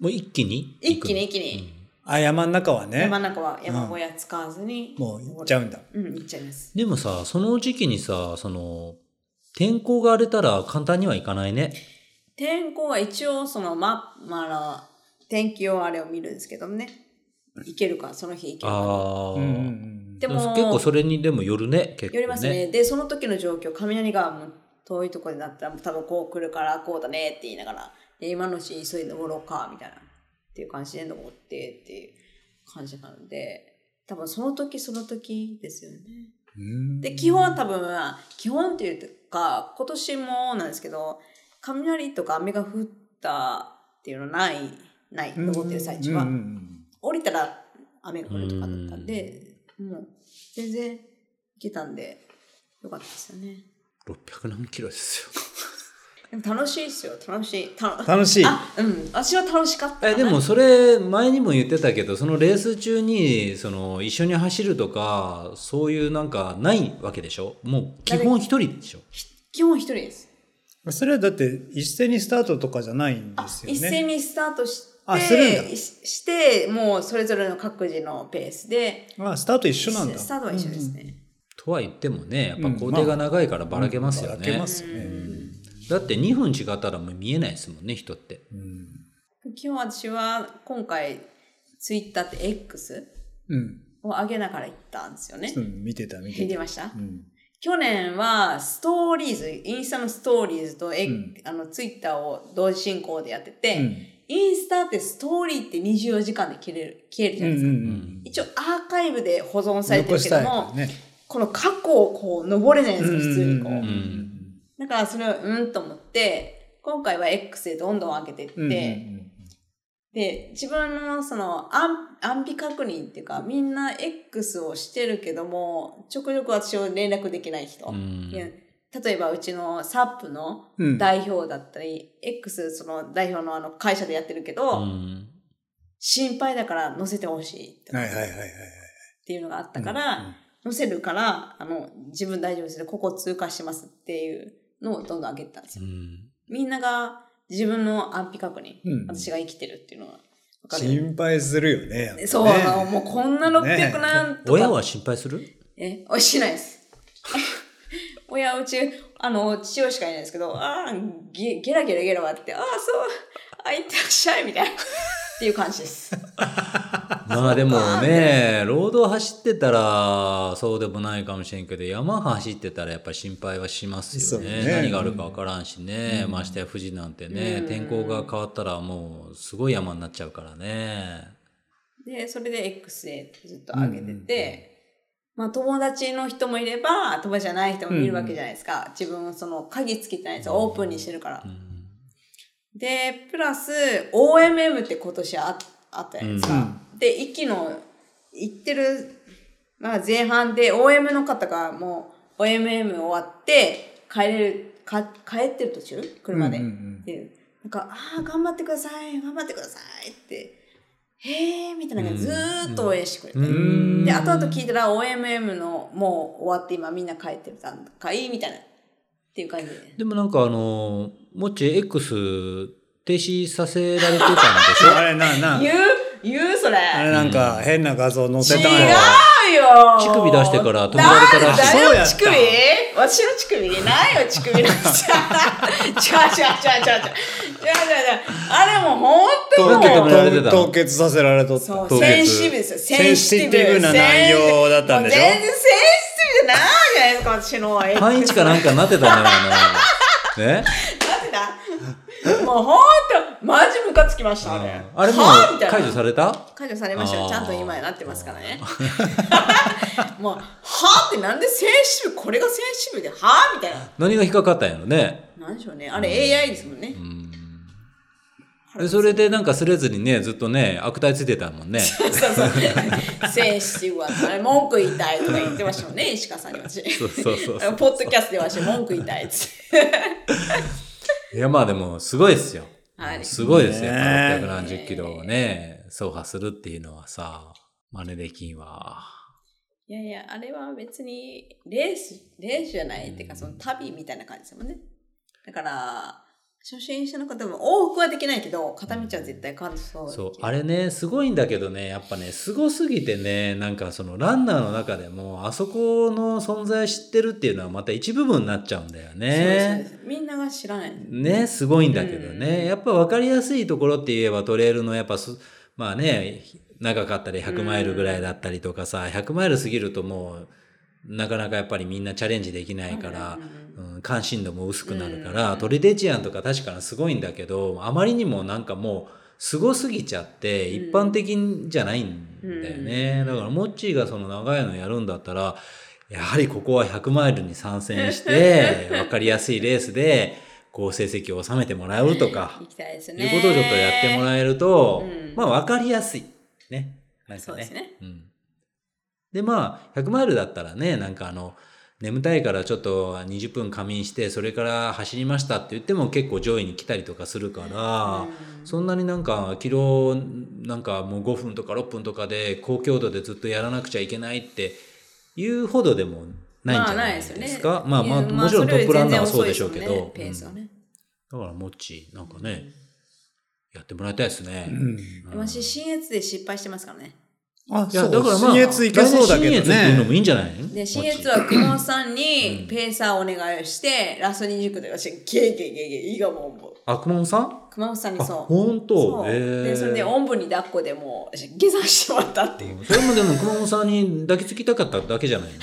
[SPEAKER 1] もう一気に
[SPEAKER 4] 一気に
[SPEAKER 1] 行
[SPEAKER 4] 一気に、
[SPEAKER 2] あ山の中はね
[SPEAKER 4] 山の中は山小屋使わずに、
[SPEAKER 2] もう行っちゃうんだ
[SPEAKER 4] うん行っちゃいます
[SPEAKER 1] く。でもさ、その時期にさ、その、天候が荒れたら簡単にはいかないね。
[SPEAKER 4] 天候は一応そのままあの天気をあれを見るんですけどね行けるかその日行けるか
[SPEAKER 1] ああ、
[SPEAKER 2] うんうんうん
[SPEAKER 4] で
[SPEAKER 1] でも
[SPEAKER 4] も
[SPEAKER 1] 結構それにでもよるね結構ね
[SPEAKER 4] よりますねでその時の状況雷がもう遠いところになったらもう多分こう来るからこうだねって言いながらで今のうちに急いで登ろうかみたいなっていう感じで登ってっていう感じなので多分その時その時ですよね
[SPEAKER 2] うん
[SPEAKER 4] で、基本は多分、基本っていうか、今年もなんですけど、雷とか雨が降ったっていうのない、ない、登ってる最中は。
[SPEAKER 2] うんうんうん
[SPEAKER 4] 降りたら雨が降るとかだったんで、もう全然行けたんで、よかったですよね。
[SPEAKER 1] 600何キロですよ
[SPEAKER 4] でも楽しいですよ、楽しい。た
[SPEAKER 2] 楽しい
[SPEAKER 4] あ、うん、私は楽しかった。
[SPEAKER 1] えでもそれ前にも言ってたけどそのレース中にその一緒に走るとかそういうなんかないわけでしょもう基本一人でしょ
[SPEAKER 4] 基本一人です。
[SPEAKER 2] それはだって一斉にスタートとかじゃないん
[SPEAKER 4] あ
[SPEAKER 2] ですよ
[SPEAKER 4] 一斉
[SPEAKER 2] ね
[SPEAKER 4] にスタートして
[SPEAKER 2] あするんだ
[SPEAKER 4] しして、もうそれぞれの各自のペースで、
[SPEAKER 2] あスタート一緒なんだ
[SPEAKER 4] スタートは一緒ですね。
[SPEAKER 1] とは言ってもねやっぱ
[SPEAKER 2] うん
[SPEAKER 1] 工程が長いからばらけますよ
[SPEAKER 2] ばら
[SPEAKER 1] ね、
[SPEAKER 2] けますよね
[SPEAKER 1] だって2分違ったらもう見えないですもんね人って
[SPEAKER 4] 今日私は今回ツイッターって X
[SPEAKER 2] うん
[SPEAKER 4] を上げながら行ったんですよね
[SPEAKER 2] う。ん見てた見
[SPEAKER 4] 聞
[SPEAKER 2] て
[SPEAKER 4] いて
[SPEAKER 2] た
[SPEAKER 4] ました、
[SPEAKER 2] うん
[SPEAKER 4] 去年はストーリーズ、インスタのストーリーズと、え
[SPEAKER 2] うん
[SPEAKER 4] あのツイッターを同時進行でやってて、
[SPEAKER 2] うん
[SPEAKER 4] インスタってストーリーって24時間で消える、消えるじゃないですか。
[SPEAKER 1] うん
[SPEAKER 4] 一応アーカイブで保存されて
[SPEAKER 2] 残
[SPEAKER 4] る
[SPEAKER 2] し
[SPEAKER 4] け
[SPEAKER 2] た
[SPEAKER 4] ど
[SPEAKER 2] いか
[SPEAKER 4] も
[SPEAKER 2] ら、ね。
[SPEAKER 4] この過去をこう登れないんですよ、普通にこう。
[SPEAKER 2] うん
[SPEAKER 1] うん
[SPEAKER 4] だからそれをうんと思って、今回は X でどんどん上げていって、
[SPEAKER 2] うんうん
[SPEAKER 4] で、自分のその安安否確認っていうか、みんな X をしてるけども、ちょくちょく私を連絡できない人。
[SPEAKER 1] うん
[SPEAKER 4] いや例えばうちのサップの
[SPEAKER 2] うん
[SPEAKER 4] 代表だったり、X その代表のあの会社でやってるけ
[SPEAKER 1] う
[SPEAKER 4] ど、
[SPEAKER 1] ん
[SPEAKER 4] 心配だから載せてほしいって
[SPEAKER 2] はいはいはいはいはい。
[SPEAKER 4] っていうのがあったから、載せるから、あの、自分大丈夫ですね。ここ通過しますっていうのをどんどん上げてたんです
[SPEAKER 1] う
[SPEAKER 4] よ。
[SPEAKER 1] ん
[SPEAKER 4] みんなが自分の安否確認、
[SPEAKER 2] うん
[SPEAKER 4] 私が生きてるっていうのは分かるよ。
[SPEAKER 2] 心配するよね。やっぱね
[SPEAKER 4] そう、あのもうこんな
[SPEAKER 2] ね
[SPEAKER 4] 600なんとか。
[SPEAKER 1] 親は心配する
[SPEAKER 4] え、おしないです。親、うち、あの、父親しかいないですけど、ああ、ゲゲラゲラゲラ笑って、ああ、そう、あ、いってらっしゃい、みたいな。っていう感じです。
[SPEAKER 1] まあでもね、ロード走ってたらそうでもないかもしれんけど、山走ってたらやっぱり心配はしますよね。
[SPEAKER 2] そうね
[SPEAKER 1] 何があるかわからんしね、ましてや富士なんてね、
[SPEAKER 4] うん
[SPEAKER 1] 天候が変わったらもうすごい山になっちゃうからね。
[SPEAKER 4] で、それで X でずっと上げてて、まあ友達の人もいれば、友達じゃない人もいるわけじゃないですか。自分その鍵つけてないんですよ。オープンにしてるから
[SPEAKER 1] う。ん
[SPEAKER 4] で、プラス、OMM って今年ああったじゃないですか。で、一期の、行ってる、まあ前半で OM の方がもう OMM 終わって、帰れる、か帰ってる途中車で。
[SPEAKER 2] うんうんうん
[SPEAKER 4] で、なんか、ああ、頑張ってください、頑張ってくださいって、へえ、みたいな感じでずーっと応援してくれて。
[SPEAKER 1] うん
[SPEAKER 4] で、後々聞いたら OMM のもう終わって今みんな帰ってる段階みたいな。っていう感じで。
[SPEAKER 1] でもなんかあの、もっち X 停止させられてたんでし
[SPEAKER 2] あ
[SPEAKER 1] ょ
[SPEAKER 2] れな、な、
[SPEAKER 4] 言う言うそれ。
[SPEAKER 2] あれなんか変な画像載せ
[SPEAKER 4] 違
[SPEAKER 2] たんや。
[SPEAKER 4] うよ
[SPEAKER 1] 乳首出してから止められたらしい
[SPEAKER 4] 誰
[SPEAKER 2] そう
[SPEAKER 4] 誰
[SPEAKER 2] やっ
[SPEAKER 4] の
[SPEAKER 2] た
[SPEAKER 4] 乳首私の乳首ないよ、乳首なんて。違う違う違う違う違う。違う違う違う。あれもう本当
[SPEAKER 1] なんて止
[SPEAKER 4] に
[SPEAKER 1] め
[SPEAKER 4] もう。
[SPEAKER 1] られてたの
[SPEAKER 2] 凍結させられとった。
[SPEAKER 4] そう、
[SPEAKER 1] 凍結
[SPEAKER 4] センシティブですよ。
[SPEAKER 2] センシティブな
[SPEAKER 4] センシティブ
[SPEAKER 2] 内容だったんでしょ
[SPEAKER 4] もう全然センシティブじゃないじゃないですか、私の。え
[SPEAKER 1] 半日かなんかなってたんじゃないのね
[SPEAKER 4] なんでだもう本当、マジムカつきました、あれ。
[SPEAKER 1] あれも
[SPEAKER 4] はぁみたいな
[SPEAKER 1] 解除された
[SPEAKER 4] 解除されました
[SPEAKER 1] あー
[SPEAKER 4] よ。ちゃんと今になってますからね。 もう、はぁってなんでセンシティブ、これがセンシティブで、はぁみたいな。
[SPEAKER 1] 何が引っかかったんやろね。
[SPEAKER 4] なんでしょうね。あれ AI ですもんね。
[SPEAKER 1] でそれでなんかすれずにねずっとね悪態ついてたもん ね
[SPEAKER 4] そうそう。センシティブはあれ文句言いたいとか言ってましたもんね、石川さんに私。
[SPEAKER 1] そうそうそう
[SPEAKER 4] あのポッドキャストで私、文句言いたいっつって。
[SPEAKER 1] いやまあでもすごいですよ、
[SPEAKER 4] はい
[SPEAKER 1] すごいですよ、
[SPEAKER 2] ねえ
[SPEAKER 1] 670キロをね走破するっていうのはさ真似できんわ
[SPEAKER 4] いやいや、あれは別にレース、レースじゃないっていうか、その旅みたいな感じですもんね。だから、初心者の方も往復はできないけど、片道は絶対感想
[SPEAKER 1] そうあれねすごいんだけどねやっぱねすごすぎてねなんかそのランナーの中でもあそこの存在知ってるっていうのはまた一部分になっちゃうんだよ
[SPEAKER 4] そうですそう
[SPEAKER 1] ね
[SPEAKER 4] ですみんなが知らない。
[SPEAKER 1] ね、すごいんだけどね、やっぱ分かりやすいところって言えばトレイルのやっぱすまあね長かったり100マイルぐらいだったりとかさ、100マイル過ぎるともうなかなかやっぱりみんなチャレンジできないから、うん、関心度も薄くなるから、トリデチアンとか確かにすごいんだけどあまりにもなんかもうすごすぎちゃって一般的じゃないんだよね、だからモッチーがその長いのやるんだったらやはりここは100マイルに参戦して、 わかりやすいレースで、好成績を収めてもらうとか
[SPEAKER 4] 行、きたいです
[SPEAKER 1] い
[SPEAKER 4] ね。
[SPEAKER 1] うことをちょっとやってもらえると、
[SPEAKER 4] うん
[SPEAKER 1] まあわかりやすい。ね。なんかね。
[SPEAKER 4] そうですね。
[SPEAKER 1] うん。で、まあ、100マイルだったらね、なんかあの、眠たいからちょっと20分仮眠して、それから走りましたって言っても結構上位に来たりとかするから、そんなになんか、キロ、なんかもう5分とか6分とかで、高強度でずっとやらなくちゃいけないっていうほどでもないんじゃないですか。まあ、まあ、もちろんトップランナーはそうでしょうけど。
[SPEAKER 4] ペースは
[SPEAKER 1] うん
[SPEAKER 4] ね。
[SPEAKER 1] だから、もっち、なんかね、やってもらいたいですね。
[SPEAKER 4] でも私、新越で失敗してますからね。
[SPEAKER 2] あ、
[SPEAKER 1] いや、だからまあ、
[SPEAKER 2] 新越いけそうだけ
[SPEAKER 1] 来年新越
[SPEAKER 2] ど
[SPEAKER 1] っていうのも
[SPEAKER 2] ね。
[SPEAKER 1] いいんじゃない
[SPEAKER 4] で、新越は久保さんにペーサーをお願いをして、ラスト20区で私、ゲーゲーゲーゲー、いいがもう、もう
[SPEAKER 1] あ、くもんさん
[SPEAKER 4] 熊本さんに
[SPEAKER 1] あ、
[SPEAKER 4] そう。
[SPEAKER 1] ほんと
[SPEAKER 4] そう
[SPEAKER 1] へー
[SPEAKER 4] で、それで、おんぶに抱っこでもう、私下山してもらったっていう。
[SPEAKER 1] それもでも、くもんさんに抱きつきたかっただけじゃないの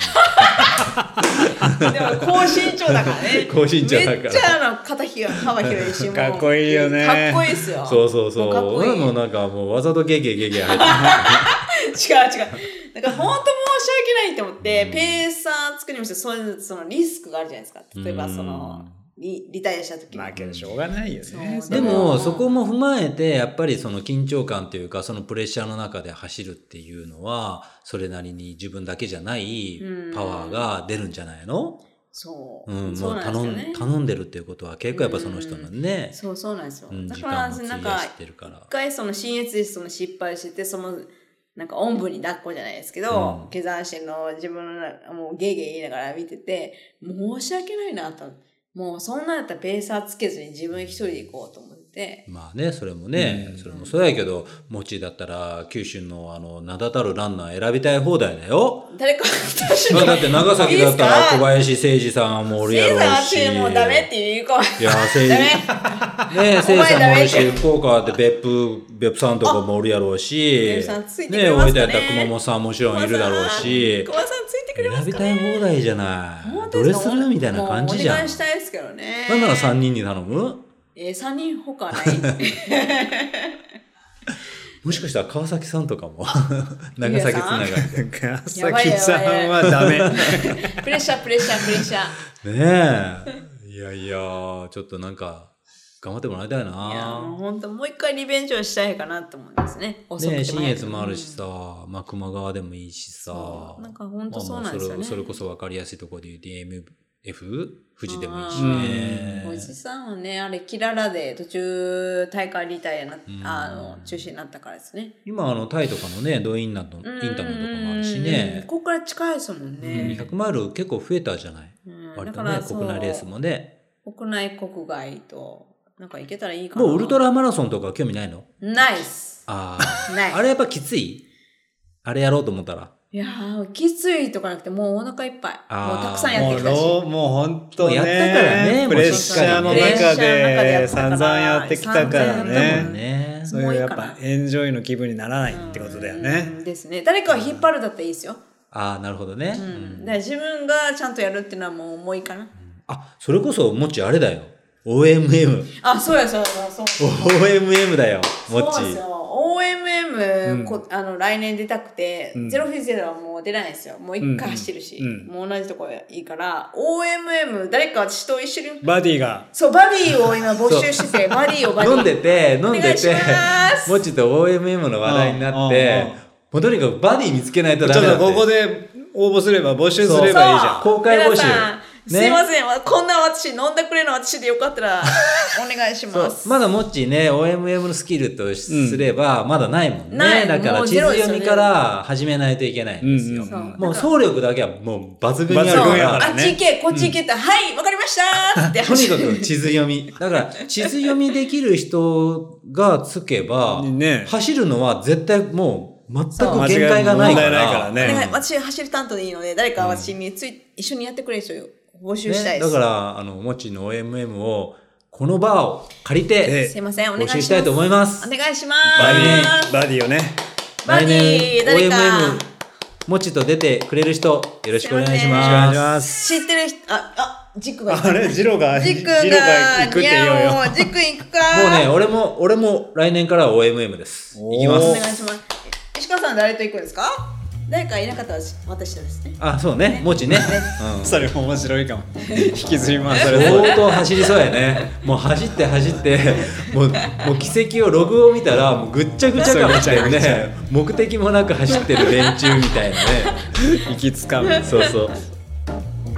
[SPEAKER 4] でも高身長だからね。
[SPEAKER 1] 高身長だから
[SPEAKER 4] めっちゃあの肩ひ幅広 いし、もう
[SPEAKER 2] かっこいいよね
[SPEAKER 4] かっこいいっすよ。
[SPEAKER 1] そうそう そう。
[SPEAKER 4] かっこいい。違う違
[SPEAKER 1] も
[SPEAKER 4] う。
[SPEAKER 1] う なんかもうわざとゲゲゲゲ入って
[SPEAKER 4] なんか本当申し訳ないと思って、ペーサー作りました。そういうそのリスクがあるじゃないですか。
[SPEAKER 1] る。
[SPEAKER 4] 例えばそうの
[SPEAKER 1] ん
[SPEAKER 4] リリタイアした時に。
[SPEAKER 2] まあけどしょうがないよね。
[SPEAKER 4] そう
[SPEAKER 1] で
[SPEAKER 4] う
[SPEAKER 1] も
[SPEAKER 4] ん
[SPEAKER 1] そこも踏まえてやっぱりその緊張感というかそのプレッシャーの中で走るっていうのはそれなりに自分だけじゃない
[SPEAKER 4] うん
[SPEAKER 1] パワーが出るんじゃないの、
[SPEAKER 4] そう。
[SPEAKER 1] うん
[SPEAKER 4] そ
[SPEAKER 1] も
[SPEAKER 4] う
[SPEAKER 1] う
[SPEAKER 4] なん
[SPEAKER 1] 頼ん
[SPEAKER 4] ですよね。
[SPEAKER 1] 頼んでるっていうことは結構やっぱその人のね、
[SPEAKER 4] そうそうなんですよ。
[SPEAKER 1] うん、
[SPEAKER 4] だ
[SPEAKER 1] 時
[SPEAKER 4] から
[SPEAKER 1] 間を費
[SPEAKER 4] なん
[SPEAKER 1] や
[SPEAKER 4] か
[SPEAKER 1] してるから
[SPEAKER 4] 一。回その新越でその失敗しててそのなんかおんぶに抱っこじゃないですけど、
[SPEAKER 1] うん
[SPEAKER 4] 下山してんのを自分のなもうゲーゲー言いながら見てて申し訳ないなと思ってもうそんなんやったらペーサーつけずに自分一人で行こうと思って
[SPEAKER 1] まあね、それもね、
[SPEAKER 2] うん
[SPEAKER 1] それもそうやけど、もちだったら、九州のあの、名だたるランナー選びたい放題だよ。
[SPEAKER 4] 誰か私
[SPEAKER 1] だって長崎だったら
[SPEAKER 4] いいっすか
[SPEAKER 1] 小林誠二さんもおるや
[SPEAKER 4] せいさん
[SPEAKER 1] ろう
[SPEAKER 4] 私
[SPEAKER 1] し。
[SPEAKER 4] もうダメって言う子
[SPEAKER 1] いや、誠
[SPEAKER 4] ダ
[SPEAKER 1] 二。
[SPEAKER 4] メ
[SPEAKER 1] ねえ、せいさんもおる
[SPEAKER 4] お前ダメ
[SPEAKER 1] し、福岡で別府、別府さんとかもおるやろう
[SPEAKER 4] 別
[SPEAKER 1] し
[SPEAKER 4] 府さんつい、てく
[SPEAKER 1] ねえ、
[SPEAKER 4] れま
[SPEAKER 1] 大分
[SPEAKER 4] すか
[SPEAKER 1] や
[SPEAKER 4] ね
[SPEAKER 1] ったら熊本さんもちろんいるだろうし
[SPEAKER 4] 小、林さんついてくれま
[SPEAKER 1] 選
[SPEAKER 4] す
[SPEAKER 1] び
[SPEAKER 4] か
[SPEAKER 1] た
[SPEAKER 4] ね
[SPEAKER 1] い放題じゃない。ど
[SPEAKER 4] で
[SPEAKER 1] れ
[SPEAKER 4] す
[SPEAKER 1] す
[SPEAKER 4] か
[SPEAKER 1] るみたいな感じじゃん。
[SPEAKER 4] もうお願いしたいですけどね
[SPEAKER 1] なんなら3人に頼む
[SPEAKER 4] えー、3人他ない
[SPEAKER 1] もしかしたら川崎さんとか も、長崎つながりで。
[SPEAKER 2] 川崎さんはダメ。
[SPEAKER 4] プレッシャープレッシャープレッシャー
[SPEAKER 1] ねえ。いやいや、ちょっとなんか、頑張ってもらいたい
[SPEAKER 4] いやもう
[SPEAKER 1] な。
[SPEAKER 4] 本当もう一回リベンジをしたいかなと思うんですね。遅く
[SPEAKER 1] ねえ、
[SPEAKER 4] ても
[SPEAKER 1] 新
[SPEAKER 4] 早く
[SPEAKER 1] 越もあるしさ、まあ、熊川でもいいしさ。
[SPEAKER 4] そうなんか本当そうなんですよね
[SPEAKER 1] まあまあそれそれこそ分かりやすいところで言う DMF? 富士でもいいし
[SPEAKER 4] うんお
[SPEAKER 1] ね。
[SPEAKER 4] じさんはね、あれ、キララで途中大会リタイアな、
[SPEAKER 1] ん
[SPEAKER 4] あの、中止になったからですね。
[SPEAKER 1] 今、あの、タイとかのね、ドインナと、インタノンとかもあるし
[SPEAKER 4] うん
[SPEAKER 1] ね。
[SPEAKER 4] ここから近いですもんね。
[SPEAKER 1] 100マイル結構増えたじゃない。
[SPEAKER 4] うん
[SPEAKER 1] 割
[SPEAKER 4] だ
[SPEAKER 1] と
[SPEAKER 4] か
[SPEAKER 1] ね
[SPEAKER 4] ら、そう
[SPEAKER 1] 国内レースもね。
[SPEAKER 4] 国内、国外と、なんか行けたらいいかな。
[SPEAKER 1] もうウルトラマラソンとか興味ないの
[SPEAKER 4] ナイス
[SPEAKER 1] あ あ。
[SPEAKER 4] ナイス
[SPEAKER 1] あれやっぱきついあれやろうと思ったら。
[SPEAKER 4] いやー、きついとかなくて、もうお腹いっぱい。
[SPEAKER 1] あー
[SPEAKER 4] もうたくさんやっ
[SPEAKER 2] も
[SPEAKER 4] て
[SPEAKER 2] う
[SPEAKER 4] きたし。
[SPEAKER 2] ロー、もう本当ね。
[SPEAKER 1] もうやったからね
[SPEAKER 2] プレッシャーの中で散々やってきたから
[SPEAKER 4] プレッシャーの中でやったから
[SPEAKER 2] ね。
[SPEAKER 1] ね
[SPEAKER 2] そういうやっぱエンジョイの気分にならないってことだよね
[SPEAKER 4] う。んですね。誰かを引っ張るだったらいいですよ。
[SPEAKER 1] ああ、なるほどね。
[SPEAKER 4] う
[SPEAKER 1] うん
[SPEAKER 4] ん。だから自分がちゃんとやるっていうのはもう重いかな。
[SPEAKER 1] あ、それこそ、もっちあれだよ。OMM。
[SPEAKER 4] あ、そうや、そうや、そうや。
[SPEAKER 1] OMM だよ、もっ
[SPEAKER 4] そうなん
[SPEAKER 1] ち
[SPEAKER 4] です。よ。OMM、こあの来年出たくて、
[SPEAKER 2] ん
[SPEAKER 4] ゼロフィゼロはもう出ないんですよ。もう一回走るし、
[SPEAKER 2] うんうん
[SPEAKER 4] もう同じとこいいから、OMM、誰か私と一緒に、
[SPEAKER 2] バディが。
[SPEAKER 4] そう、バディを今募集してて、バディをバディ。
[SPEAKER 1] 飲んでて、飲んでて
[SPEAKER 4] お願いします、
[SPEAKER 1] もっちと OMM の話題になっ
[SPEAKER 2] うん
[SPEAKER 1] て
[SPEAKER 2] うんうん、
[SPEAKER 1] もうとにかくバディ見つけないと
[SPEAKER 2] ち
[SPEAKER 1] ダ
[SPEAKER 2] ょっ
[SPEAKER 1] メだって。
[SPEAKER 2] とここで応募すれば、募集すればいいじゃん。
[SPEAKER 1] そう公開募集
[SPEAKER 4] 皆さん
[SPEAKER 1] ね
[SPEAKER 4] すいません、こんな私、飲んでくれの私でよかったら、お願いし
[SPEAKER 1] そ
[SPEAKER 4] ま
[SPEAKER 1] う
[SPEAKER 4] す。
[SPEAKER 1] まだもっちね OMM のスキルとすればまだないもんね、
[SPEAKER 4] ない
[SPEAKER 1] だから
[SPEAKER 4] もう
[SPEAKER 1] 地
[SPEAKER 4] ゼ
[SPEAKER 1] 図
[SPEAKER 4] ロですよ
[SPEAKER 1] 読みから始めないといけないんですよ、
[SPEAKER 2] うん
[SPEAKER 4] そう
[SPEAKER 1] もう走力だけはもう抜群にある
[SPEAKER 2] 抜
[SPEAKER 1] か
[SPEAKER 2] 群や
[SPEAKER 1] ら
[SPEAKER 2] から
[SPEAKER 4] あっち行け、こっち行けって、はい、わかりましたーって
[SPEAKER 1] とに
[SPEAKER 4] 走
[SPEAKER 1] か
[SPEAKER 4] る。
[SPEAKER 1] く地図読み。だから、地図読みできる人がつけば、
[SPEAKER 2] ね
[SPEAKER 1] 走るのは絶対もう全く
[SPEAKER 4] そう
[SPEAKER 1] 限界がないから。
[SPEAKER 2] 間違い問題ないからね
[SPEAKER 4] お願い私走る担当でいいので、誰か私につい、一緒にやってくれる人を募集したい
[SPEAKER 1] ね
[SPEAKER 4] です。
[SPEAKER 1] だから、あの、もちの OMM を、このバーを借りて、
[SPEAKER 2] え
[SPEAKER 4] すいません、お願
[SPEAKER 1] 募
[SPEAKER 4] いしま
[SPEAKER 1] 集
[SPEAKER 4] す。
[SPEAKER 1] したいと思います
[SPEAKER 4] お。願いしま
[SPEAKER 2] バデ
[SPEAKER 4] す
[SPEAKER 2] ィ、。バディをね。
[SPEAKER 4] バディバディ誰か
[SPEAKER 1] OMM、もちと出てくれる人、よろしくお願いし
[SPEAKER 2] お願
[SPEAKER 1] ま
[SPEAKER 2] いし
[SPEAKER 1] す。
[SPEAKER 2] ます。
[SPEAKER 4] 知ってる人、あ、あ、ジクが行く
[SPEAKER 2] あれ、ジロが、
[SPEAKER 4] ジ
[SPEAKER 2] ジ
[SPEAKER 4] ク
[SPEAKER 2] ロ
[SPEAKER 4] が、
[SPEAKER 2] が行くって
[SPEAKER 4] い
[SPEAKER 2] 言おう
[SPEAKER 4] や
[SPEAKER 2] よ。
[SPEAKER 4] もう、ジク行くか
[SPEAKER 1] もうね、俺も、俺も来年からは OMM です。
[SPEAKER 2] おー
[SPEAKER 1] いきま
[SPEAKER 4] お
[SPEAKER 1] す
[SPEAKER 4] 願い。します。石川さん、誰と行くんですか誰かいなかったら私とですね。
[SPEAKER 1] あ、そうね、もちね。うん
[SPEAKER 2] それも面白いかも。引きずり回 されそう。
[SPEAKER 1] 相当走りそうやねもう走って走って もうもう奇跡をログを見たらもうぐっちゃぐちゃかもしれん
[SPEAKER 2] ぐっちゃ
[SPEAKER 1] ね目的もなく走ってる連中みたいなね
[SPEAKER 2] 行きつかむ。
[SPEAKER 1] そうそう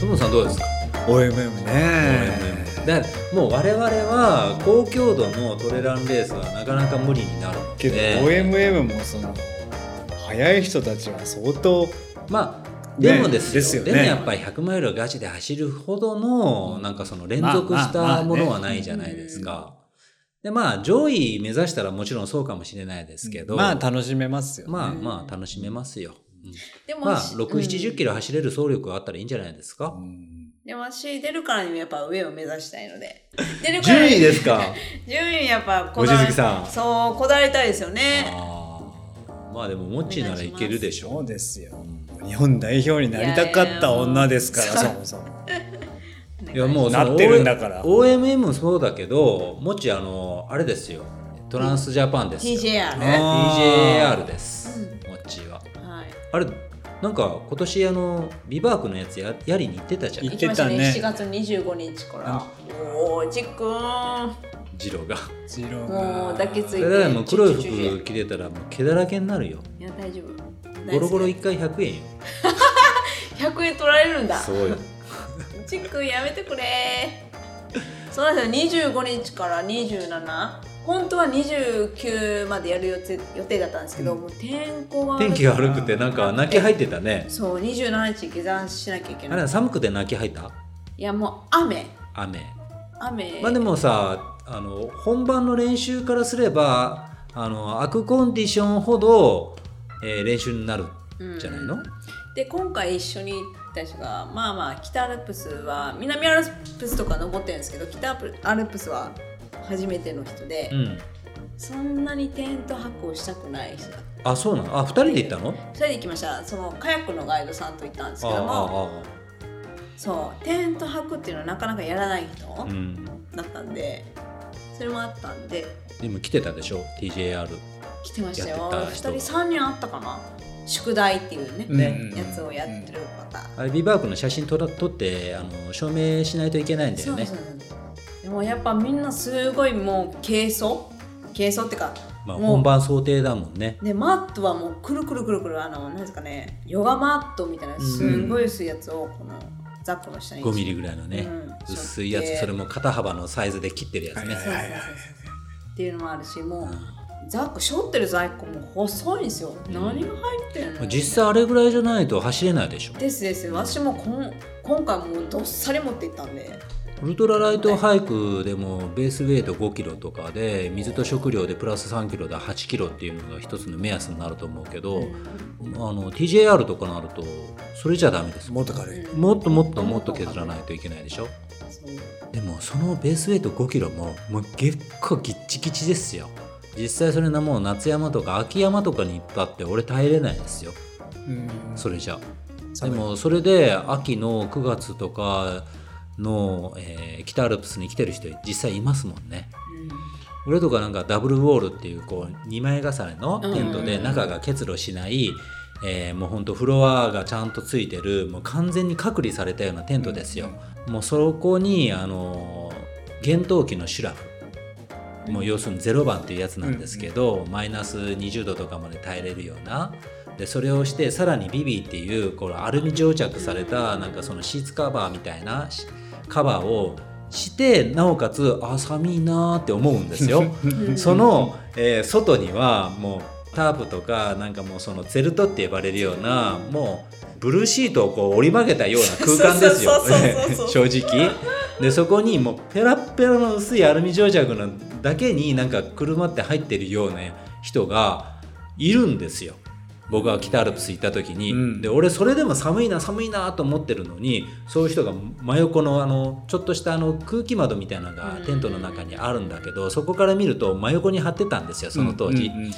[SPEAKER 1] トムさんどうですか
[SPEAKER 2] OMM ね。
[SPEAKER 1] だからもう我々は高強度のトレランレースはなかなか無理になるの
[SPEAKER 2] けど、
[SPEAKER 1] で
[SPEAKER 2] OMM もその、速い人たちは相当、
[SPEAKER 1] まあでも
[SPEAKER 2] ね
[SPEAKER 1] ですよ,、
[SPEAKER 2] ですよね
[SPEAKER 1] でもやっぱり100マイルをガチで走るほどのなんかその連続し
[SPEAKER 2] まあまあま
[SPEAKER 1] た
[SPEAKER 2] あね
[SPEAKER 1] ものはないじゃないですか。で、まあ、上位目指したらもちろんそうかもしれないですけど、
[SPEAKER 2] まあ楽しめますよ、ね。
[SPEAKER 1] まあまあ楽しめますよ。うん
[SPEAKER 4] でも、
[SPEAKER 1] まあ、
[SPEAKER 4] し
[SPEAKER 1] 6、70キロ走れる走力があったらいいんじゃないですか。
[SPEAKER 4] でも私出るからにもやっぱ上を目指したい ので。出るから
[SPEAKER 1] 順位
[SPEAKER 4] に
[SPEAKER 1] ですか
[SPEAKER 4] 順位やっぱ
[SPEAKER 1] 望月さん
[SPEAKER 4] そう、こだわりたいですよね。
[SPEAKER 1] あーまあでも、モッチーならいけるでし
[SPEAKER 2] そ
[SPEAKER 1] ょ
[SPEAKER 2] う。ですよ。日本代表になりたかった女ですから、
[SPEAKER 4] いやいや
[SPEAKER 2] そもそも。
[SPEAKER 1] いや、もうその、
[SPEAKER 2] なってるんだから
[SPEAKER 1] OMM もそうだけど、モッチー、あの、あれですよ。トランスジャパンですよ。
[SPEAKER 4] TJR
[SPEAKER 1] ね。
[SPEAKER 2] あ
[SPEAKER 1] TJR です。モッチーは。
[SPEAKER 4] はい。
[SPEAKER 1] あれ、なんか今年、あの、ビバークのやつややりに行ってたじゃん
[SPEAKER 2] い。
[SPEAKER 4] 行きましたね。
[SPEAKER 2] 言って
[SPEAKER 4] 7
[SPEAKER 2] た
[SPEAKER 4] 月25日から。おー、ちっくん。
[SPEAKER 1] ジローが。
[SPEAKER 2] ジローが
[SPEAKER 4] もう抱きついて。
[SPEAKER 1] だからもう黒い
[SPEAKER 4] チュチュチュ
[SPEAKER 1] 服着てたら、もう毛だらけになるよ。
[SPEAKER 4] チュいや、大丈夫。
[SPEAKER 1] ゴロゴロ
[SPEAKER 4] 大好
[SPEAKER 1] 1回100円よ。
[SPEAKER 4] き100円取られるんだ。
[SPEAKER 1] う よ。
[SPEAKER 4] ちっくんやめてくれそうなんですよ25日から27本当は29までやる予定予定だったんですけど、もう天候が
[SPEAKER 1] 天気が悪くてなんか泣き入ってたね。
[SPEAKER 4] そう27日下山しなきゃいけ
[SPEAKER 1] あ
[SPEAKER 4] ない
[SPEAKER 1] れ寒くて泣き入った
[SPEAKER 4] いやもう雨
[SPEAKER 1] 雨。
[SPEAKER 4] 雨、
[SPEAKER 1] まあでもさ、あの、本番の練習からすれば、あの、悪コンディションほど、えー練習になる
[SPEAKER 4] うん
[SPEAKER 1] んじゃないの、
[SPEAKER 4] で今回一緒に行った人がまあまあ北アルプスは南アルプスとか登ってるんですけど北アルプスは初めての人で、
[SPEAKER 1] うん。
[SPEAKER 4] そんなにテント泊をしたくない人だ
[SPEAKER 1] あ、そうなのあ、二人で行ったの
[SPEAKER 4] 2人で行きましたそのカヤックのガイドさんと行ったんです
[SPEAKER 1] あ
[SPEAKER 4] けども
[SPEAKER 1] あ、
[SPEAKER 4] そうテント泊っていうのはなかなかやらない人
[SPEAKER 1] ああ。うん。
[SPEAKER 4] だったんで、それもあったんで
[SPEAKER 1] でも来てたでしょ ?TJR。
[SPEAKER 4] 来てましたよ
[SPEAKER 1] やっ
[SPEAKER 4] 2
[SPEAKER 1] てた
[SPEAKER 4] 人
[SPEAKER 1] 人
[SPEAKER 4] 3人あったかな宿題っていうね、
[SPEAKER 1] ね
[SPEAKER 2] うん
[SPEAKER 4] やつをやってる方、
[SPEAKER 1] あれ、ビバークの写真撮ら撮って、あの、証明しないといけないんだ
[SPEAKER 4] そ
[SPEAKER 1] よ
[SPEAKER 4] う
[SPEAKER 1] ね
[SPEAKER 4] そ。うそうでもやっぱみんなすごいもう軽装軽装っていうか
[SPEAKER 1] まあ、
[SPEAKER 4] もう
[SPEAKER 1] 本番想定だもんね。
[SPEAKER 4] でマットはもうくるくるくるくるあのなんですかねヨガマットみたいなすごい薄いやつをこのザックの下に
[SPEAKER 1] 5ミリぐらいのね、
[SPEAKER 4] うん
[SPEAKER 1] 薄いや
[SPEAKER 4] そう
[SPEAKER 1] つ、
[SPEAKER 4] で
[SPEAKER 1] それも肩幅のサイズで切ってるやつね。
[SPEAKER 4] そうそうそうそうっていうのもあるしもうザック背負ってる在庫も細いんですよ、何が入ってるの
[SPEAKER 1] 実際あれぐらいじゃないと走れないでしょ
[SPEAKER 4] ですです私もこん今回もうどっさり持っていったんで
[SPEAKER 1] ウルトラライトハイクでもベースウェイト5キロとかで水と食料でプラス3キロで8キロっていうのが一つの目安になると思うけど、あの TJR とかになるとそれじゃダメです
[SPEAKER 2] もっと軽い。
[SPEAKER 1] もっともっともっと削らないといけないでしょ
[SPEAKER 4] そう
[SPEAKER 1] でもそのベースウェイト5キロももう結構ギッチギチですよ実際それなもう夏山とか秋山とかに行ったって俺耐えれないですよ
[SPEAKER 2] うん
[SPEAKER 1] それじゃで
[SPEAKER 2] 寒い
[SPEAKER 1] もそれで秋の9月とかの、えー北アルプスに来てる人実際いますもんね俺とかなんかダブルウォールっていうこう2枚重ねのテント
[SPEAKER 4] うんうん
[SPEAKER 1] で
[SPEAKER 4] うん
[SPEAKER 1] 中が結露しない、えーもうほんとフロアがちゃんとついてるもう完全に隔離されたようなテントですよ、もうそこにあの厳冬期のシュラフもう要するに0番っていうやつなんですけど、マイナス20度とかまで耐えれるようなでそれをしてさらにビビーっていうこのアルミ蒸着されたなんかそのシーツカバーみたいなしカバーをしてなおかつあ寒いなーって思うん ですよ。
[SPEAKER 4] ん
[SPEAKER 1] その、えー外にはもうタープとかなんかもうそのゼルトって呼ばれるようなもうブルーシートをこう折り曲げたような空間ですよ
[SPEAKER 4] そうそうそうそうそ
[SPEAKER 1] 正直。でそこにもうペラッペラの薄いアルミ蒸着のだけになんか車って入ってるような人がいるんですよ。僕は北アルプス行った時に、
[SPEAKER 2] うん
[SPEAKER 1] で俺それでも寒いな寒いなと思ってるのにそういう人が真横のあのちょっとしたあの空気窓みたいなのがテントの中にあるんだけどそこから見ると真横に張ってたんですよその当時、
[SPEAKER 2] うんうん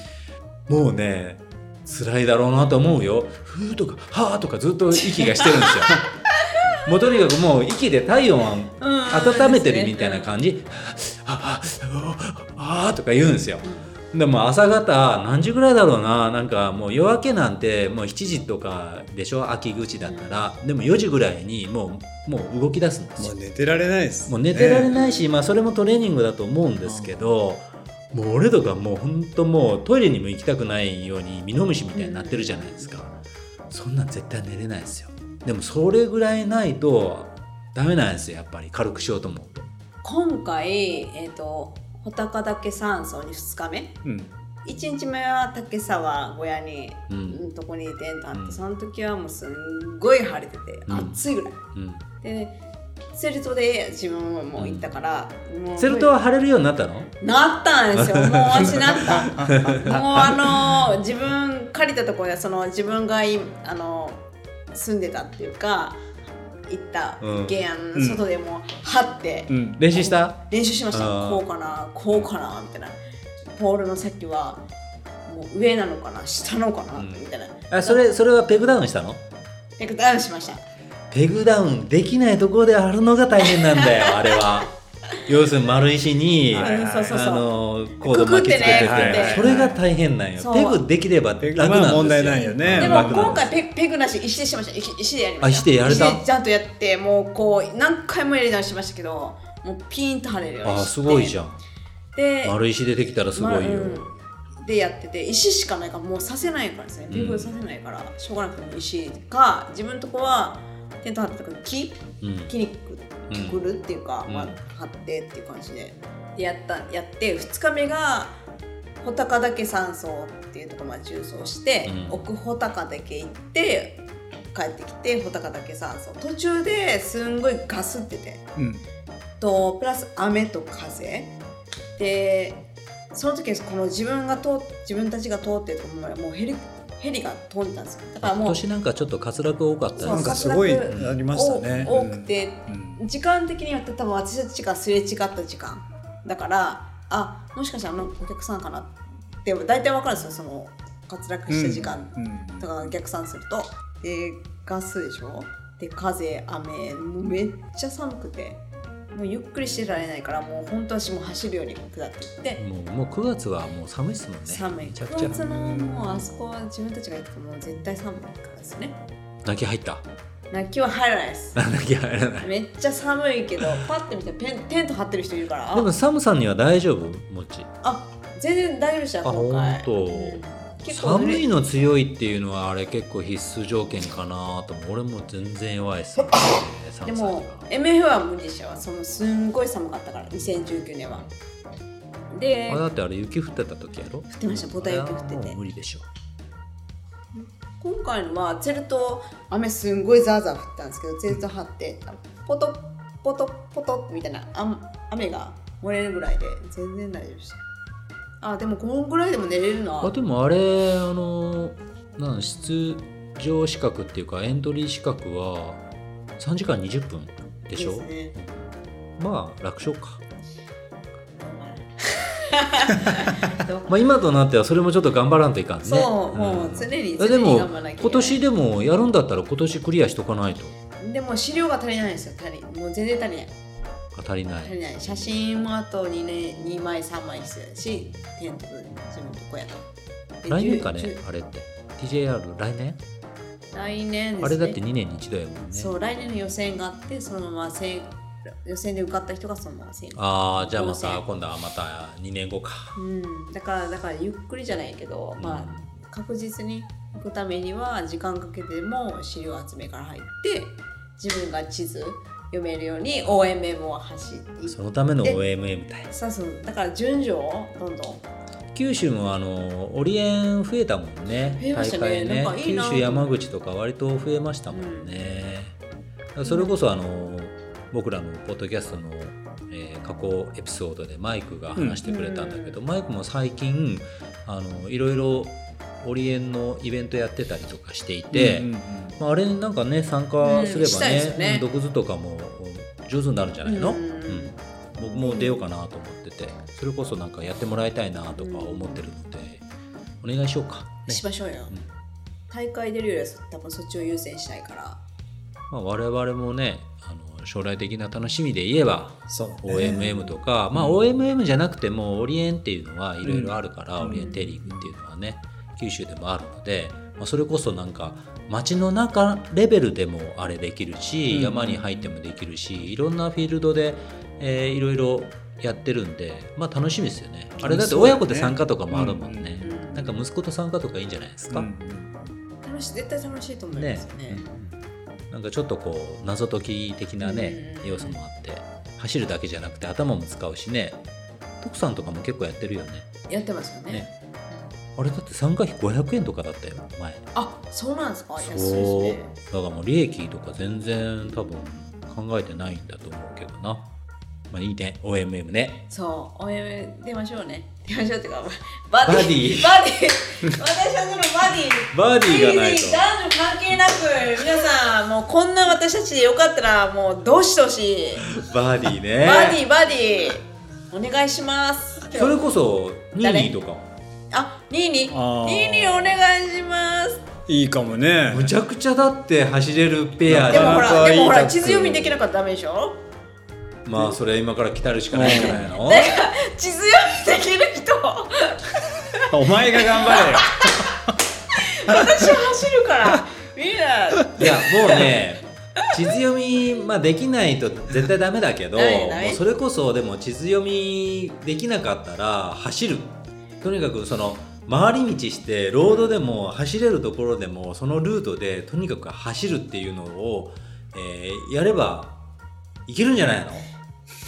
[SPEAKER 1] もうね辛いだろうなと思うよふーとかはーとかずっと息がしてるん ですよもうとにかくもう息で体温は温めてるみたいな感じ「あああ」とか言うんですよ。でも朝方何時ぐらいだろうななんかもう夜明けなんてもう7時とかでしょ秋口だったらでも4時ぐらいにもうもう動き出すんです
[SPEAKER 2] も
[SPEAKER 1] よ
[SPEAKER 2] う。寝てられないです。
[SPEAKER 1] もう寝てられ
[SPEAKER 2] い。
[SPEAKER 1] ないし、まあ、それもトレーニングだと思うんですけど、もう俺とかもう本当もうトイレにも行きたくないようにミノムシみたいになってるじゃないですか、そんなん絶対寝れないですよでもそれぐらいないとダメなんですよやっぱり軽くしようと思うと
[SPEAKER 4] 今回えっ、と穂高岳山荘に2日目
[SPEAKER 2] うん。
[SPEAKER 4] 1日目は竹沢小屋に、
[SPEAKER 1] う
[SPEAKER 4] うん
[SPEAKER 1] ん、
[SPEAKER 4] とこにテントあって、
[SPEAKER 1] うん
[SPEAKER 4] その時はもうすんごい晴れてて、
[SPEAKER 1] うん
[SPEAKER 4] 暑いぐらい
[SPEAKER 1] うん
[SPEAKER 4] でセルトで自分ももう行ったから、もう
[SPEAKER 1] セルトは腫れるようになったの
[SPEAKER 4] なった んですよ。もう私なった。もうあの自分借りたところでその自分がいあの住んでたっていうか行った
[SPEAKER 1] うん
[SPEAKER 4] ゲアの
[SPEAKER 2] うん
[SPEAKER 4] 外でも張って
[SPEAKER 2] うん。
[SPEAKER 1] 練習した
[SPEAKER 4] 練習しました。
[SPEAKER 1] あー
[SPEAKER 4] こうかなこうかなみたいな。ポールの先はもう上なのかな下なのかな、
[SPEAKER 1] うん
[SPEAKER 4] みたいな。
[SPEAKER 1] あそれそれはペグダウンしたの
[SPEAKER 4] レクダウンしま した。
[SPEAKER 1] ペグダウンできないところであるのが大変なんだ よあれは要するに丸石に
[SPEAKER 4] あ
[SPEAKER 1] あ
[SPEAKER 4] のそうそうそう。
[SPEAKER 1] のコード巻きつけて
[SPEAKER 4] く
[SPEAKER 1] て
[SPEAKER 4] くって
[SPEAKER 2] ねくくって
[SPEAKER 1] それが大変なんよ
[SPEAKER 4] そう
[SPEAKER 1] ペグできれば楽なんです
[SPEAKER 2] まあ
[SPEAKER 1] よ
[SPEAKER 2] 問題ないよね
[SPEAKER 4] でも
[SPEAKER 1] 楽な
[SPEAKER 4] 今
[SPEAKER 1] んです
[SPEAKER 4] 回ペペグなし石でしました石石でやり
[SPEAKER 1] あ
[SPEAKER 4] ました
[SPEAKER 1] 石でやれた
[SPEAKER 4] 石ちゃんとやってもうこう何回もやり直しましたけどもうピンと張れるように
[SPEAKER 1] あ
[SPEAKER 4] して
[SPEAKER 1] すごいじゃ
[SPEAKER 4] ん
[SPEAKER 1] ん
[SPEAKER 4] で
[SPEAKER 1] 丸石でできたらすごいよ、
[SPEAKER 4] まあうんでやってて石しかないからもうさせないからですねペグさせないから、しょうがなくても石か自分のとこはテント張ってたから木
[SPEAKER 1] うん
[SPEAKER 4] 木にく
[SPEAKER 1] うん
[SPEAKER 4] くるっていうか、
[SPEAKER 1] うん
[SPEAKER 4] まあ、張ってっていう感じでやったやって2日目が穂高岳山荘っていうところまで縦走して、
[SPEAKER 1] うん
[SPEAKER 4] 奥穂高岳行って帰ってきて穂高岳山荘途中ですんごいガスってて
[SPEAKER 2] うん。
[SPEAKER 4] とプラス雨と風でその時この自分が通っ自分たちが通ってるところまでもうヘリヘリが通ったんですよだから
[SPEAKER 1] 今
[SPEAKER 4] もう
[SPEAKER 1] 年なんかちょっと滑落多かった
[SPEAKER 2] なん
[SPEAKER 1] ね
[SPEAKER 2] かすごいありましたね。
[SPEAKER 4] 多くて、
[SPEAKER 2] うん。
[SPEAKER 4] 時間的には多分私たちがすれ違った時間だからあもしかしたらあのお客さんかなって大体わかるんですよその滑落した時間
[SPEAKER 2] うん
[SPEAKER 4] とか逆算すると、でガスでしょで風雨もうめっちゃ寒くてもうゆっくりしてられないからもう本当私もう走るように下っていって、
[SPEAKER 1] もうもう9月はもう寒いですもんね
[SPEAKER 4] 寒い
[SPEAKER 1] めちゃくち
[SPEAKER 4] 9
[SPEAKER 1] ゃ
[SPEAKER 4] 月のもうあそこは自分たちが行ってもう絶対寒いからですね
[SPEAKER 1] 泣き入った
[SPEAKER 4] 泣きは入らないで す
[SPEAKER 1] 泣き入らない
[SPEAKER 4] めっちゃ寒いけどパッて見てペンテント張ってる人いるからあ
[SPEAKER 1] でもサムさんには大丈夫もち
[SPEAKER 4] あ全然大丈夫でした今
[SPEAKER 1] あ
[SPEAKER 4] 回
[SPEAKER 1] ほんと
[SPEAKER 4] うん結構
[SPEAKER 1] 寒いの強いっていうのはあれ結構必須条件かなと思う俺も全然弱いですもんね
[SPEAKER 4] で
[SPEAKER 1] 寒さに
[SPEAKER 4] も
[SPEAKER 1] は
[SPEAKER 4] MF は無理でしたわそのすんごい寒かったから2019年はで
[SPEAKER 1] あれだってあれ雪降ってた時やろ降
[SPEAKER 4] ってましたボタン雪降ってて
[SPEAKER 1] 無理でしょ
[SPEAKER 4] 今回のはチェルト雨すんごいザーザー降ったんですけどチェルト張ってポトポトポトみたいなあ雨が漏れるぐらいで全然大丈夫でしたあでもこのぐらいでも寝れるの
[SPEAKER 1] あ
[SPEAKER 4] は
[SPEAKER 1] でもあれあのなん出場資格っていうかエントリー資格は3時間20分でしょ
[SPEAKER 4] いいですね
[SPEAKER 1] まあ楽勝 かまあ今となってはそれもちょっと頑張らんといかんね
[SPEAKER 4] そう、
[SPEAKER 1] ん
[SPEAKER 4] もう常に
[SPEAKER 1] え
[SPEAKER 4] 常
[SPEAKER 1] で
[SPEAKER 4] に
[SPEAKER 1] も
[SPEAKER 4] 頑張らなきゃいけない
[SPEAKER 1] 今年でもやるんだったら今年クリアしとかないと
[SPEAKER 4] でも資料が足りないんですよ足りもう全然足りない
[SPEAKER 1] 足りない
[SPEAKER 4] 足りない写真もあと 2, 年二枚3枚必要だしテント自分のとこやとで
[SPEAKER 1] 来年かね
[SPEAKER 4] 10
[SPEAKER 1] あれって TJR 来年、
[SPEAKER 4] 来年です、ね、
[SPEAKER 1] あれだって2年に一度やもんね
[SPEAKER 4] そう来年の予選があってそのまません予選で受かった人がそのまま選考
[SPEAKER 1] ああじゃあま
[SPEAKER 4] 当
[SPEAKER 1] た
[SPEAKER 4] 選
[SPEAKER 1] 今度はまた2年後か
[SPEAKER 4] うんだからだからゆっくりじゃないけど、まあ確実に行くためには時間かけても資料集めから入って自分が地図読めるように OMM を走って
[SPEAKER 1] そのための OMM 隊
[SPEAKER 4] そうそうだから順序をどんどん
[SPEAKER 1] 九州もあのオリエン増えたもんね
[SPEAKER 4] 増えましたねなんかいい
[SPEAKER 1] 九
[SPEAKER 4] な
[SPEAKER 1] 州山口とか割と増えましたもんね、だからそれこそあの僕らのポッドキャストの、えー過去エピソードでマイクが話してくれたんだけど、マイクも最近あのいろいろオリエンのイベントやってたりとかしていて、
[SPEAKER 2] うんうん
[SPEAKER 1] まあ、あれになんかね参加すれ
[SPEAKER 4] うんし
[SPEAKER 1] ば
[SPEAKER 4] たいです
[SPEAKER 1] ね,、
[SPEAKER 4] よね
[SPEAKER 1] 毒図とかも上手になるんじゃないの、
[SPEAKER 4] うん
[SPEAKER 1] うん僕も出ようかなと思っててそれこそなんかやってもらいたいなとか思ってるので、お願いしようか、ね
[SPEAKER 4] しましょうよ、
[SPEAKER 1] うん
[SPEAKER 4] 大会出るよりは多分そっちを優先したいから
[SPEAKER 1] まあ、我々もねあの将来的な楽しみで言えば
[SPEAKER 2] そう。
[SPEAKER 1] OMM とか、まあ OMM じゃなくてもオリエンっていうのはいろいろあるから、オリエンテリングっていうのはね九州でもあるので、まあ、それこそなんか街の中レベルでもあれできるし、
[SPEAKER 2] うん
[SPEAKER 1] 山に入ってもできるしいろんなフィールドで、えーいろいろやってるんで、まあ、楽しみですよねあれだって親子で参加とかもあるもんね、
[SPEAKER 4] そうだね
[SPEAKER 1] なんか息子と参加とかいいんじゃないですか、
[SPEAKER 2] うん
[SPEAKER 4] 楽しい絶対楽しいと思いま
[SPEAKER 1] ね
[SPEAKER 4] すよね
[SPEAKER 1] うんなんかちょっとこう謎解き的なね
[SPEAKER 4] うん
[SPEAKER 1] 要素もあって走るだけじゃなくて頭も使うしね徳さんとかも結構やってるよね
[SPEAKER 4] やってますよね
[SPEAKER 1] ねあれだって参加費500円とかだったよ前
[SPEAKER 4] あそうなんですか安いです
[SPEAKER 1] そう
[SPEAKER 4] ね
[SPEAKER 1] だからもう利益とか全然多分考考えてないんだと思うけどな。まあいいね、OMM ね。
[SPEAKER 4] そう、お嫁出ましょうね。出ましょうってか、バ
[SPEAKER 1] バ
[SPEAKER 4] ディ。
[SPEAKER 1] ディ
[SPEAKER 4] バディ。私たちのバディ。
[SPEAKER 1] バディがないと
[SPEAKER 4] ついに男女関係なく、皆さん、もうこんな私たちでよかったら、もうどしどし。
[SPEAKER 1] バディね。
[SPEAKER 4] バディ、バディ。お願いします。
[SPEAKER 1] それこそ、ニーニーとかも。
[SPEAKER 4] あ、ニーニ
[SPEAKER 2] あ
[SPEAKER 4] ー。
[SPEAKER 2] ー
[SPEAKER 4] ニーニーお願いします。
[SPEAKER 2] いいかもね
[SPEAKER 1] むちゃくちゃだって走れるペア
[SPEAKER 4] で
[SPEAKER 1] で
[SPEAKER 4] もほ、
[SPEAKER 2] なからなかいい
[SPEAKER 4] でもほ
[SPEAKER 2] タッ
[SPEAKER 4] ら、
[SPEAKER 2] グ
[SPEAKER 4] 地図読みできなかったらダメでしょ
[SPEAKER 1] まあそれは今から来たるしかないんじゃないの
[SPEAKER 4] 地図読みできる 人。
[SPEAKER 2] お前が頑張れよ
[SPEAKER 4] 私は走るから。みんな。
[SPEAKER 1] いやもうね 地図読み、まあ、できないと絶対ダメだけど
[SPEAKER 4] ダメダメ
[SPEAKER 1] もうそれこそでも地図読みできなかったら走るとにかくその回り道してロードでも走れるところでもそのルートでとにかく走るっていうのを、えーやればいけるんじゃないの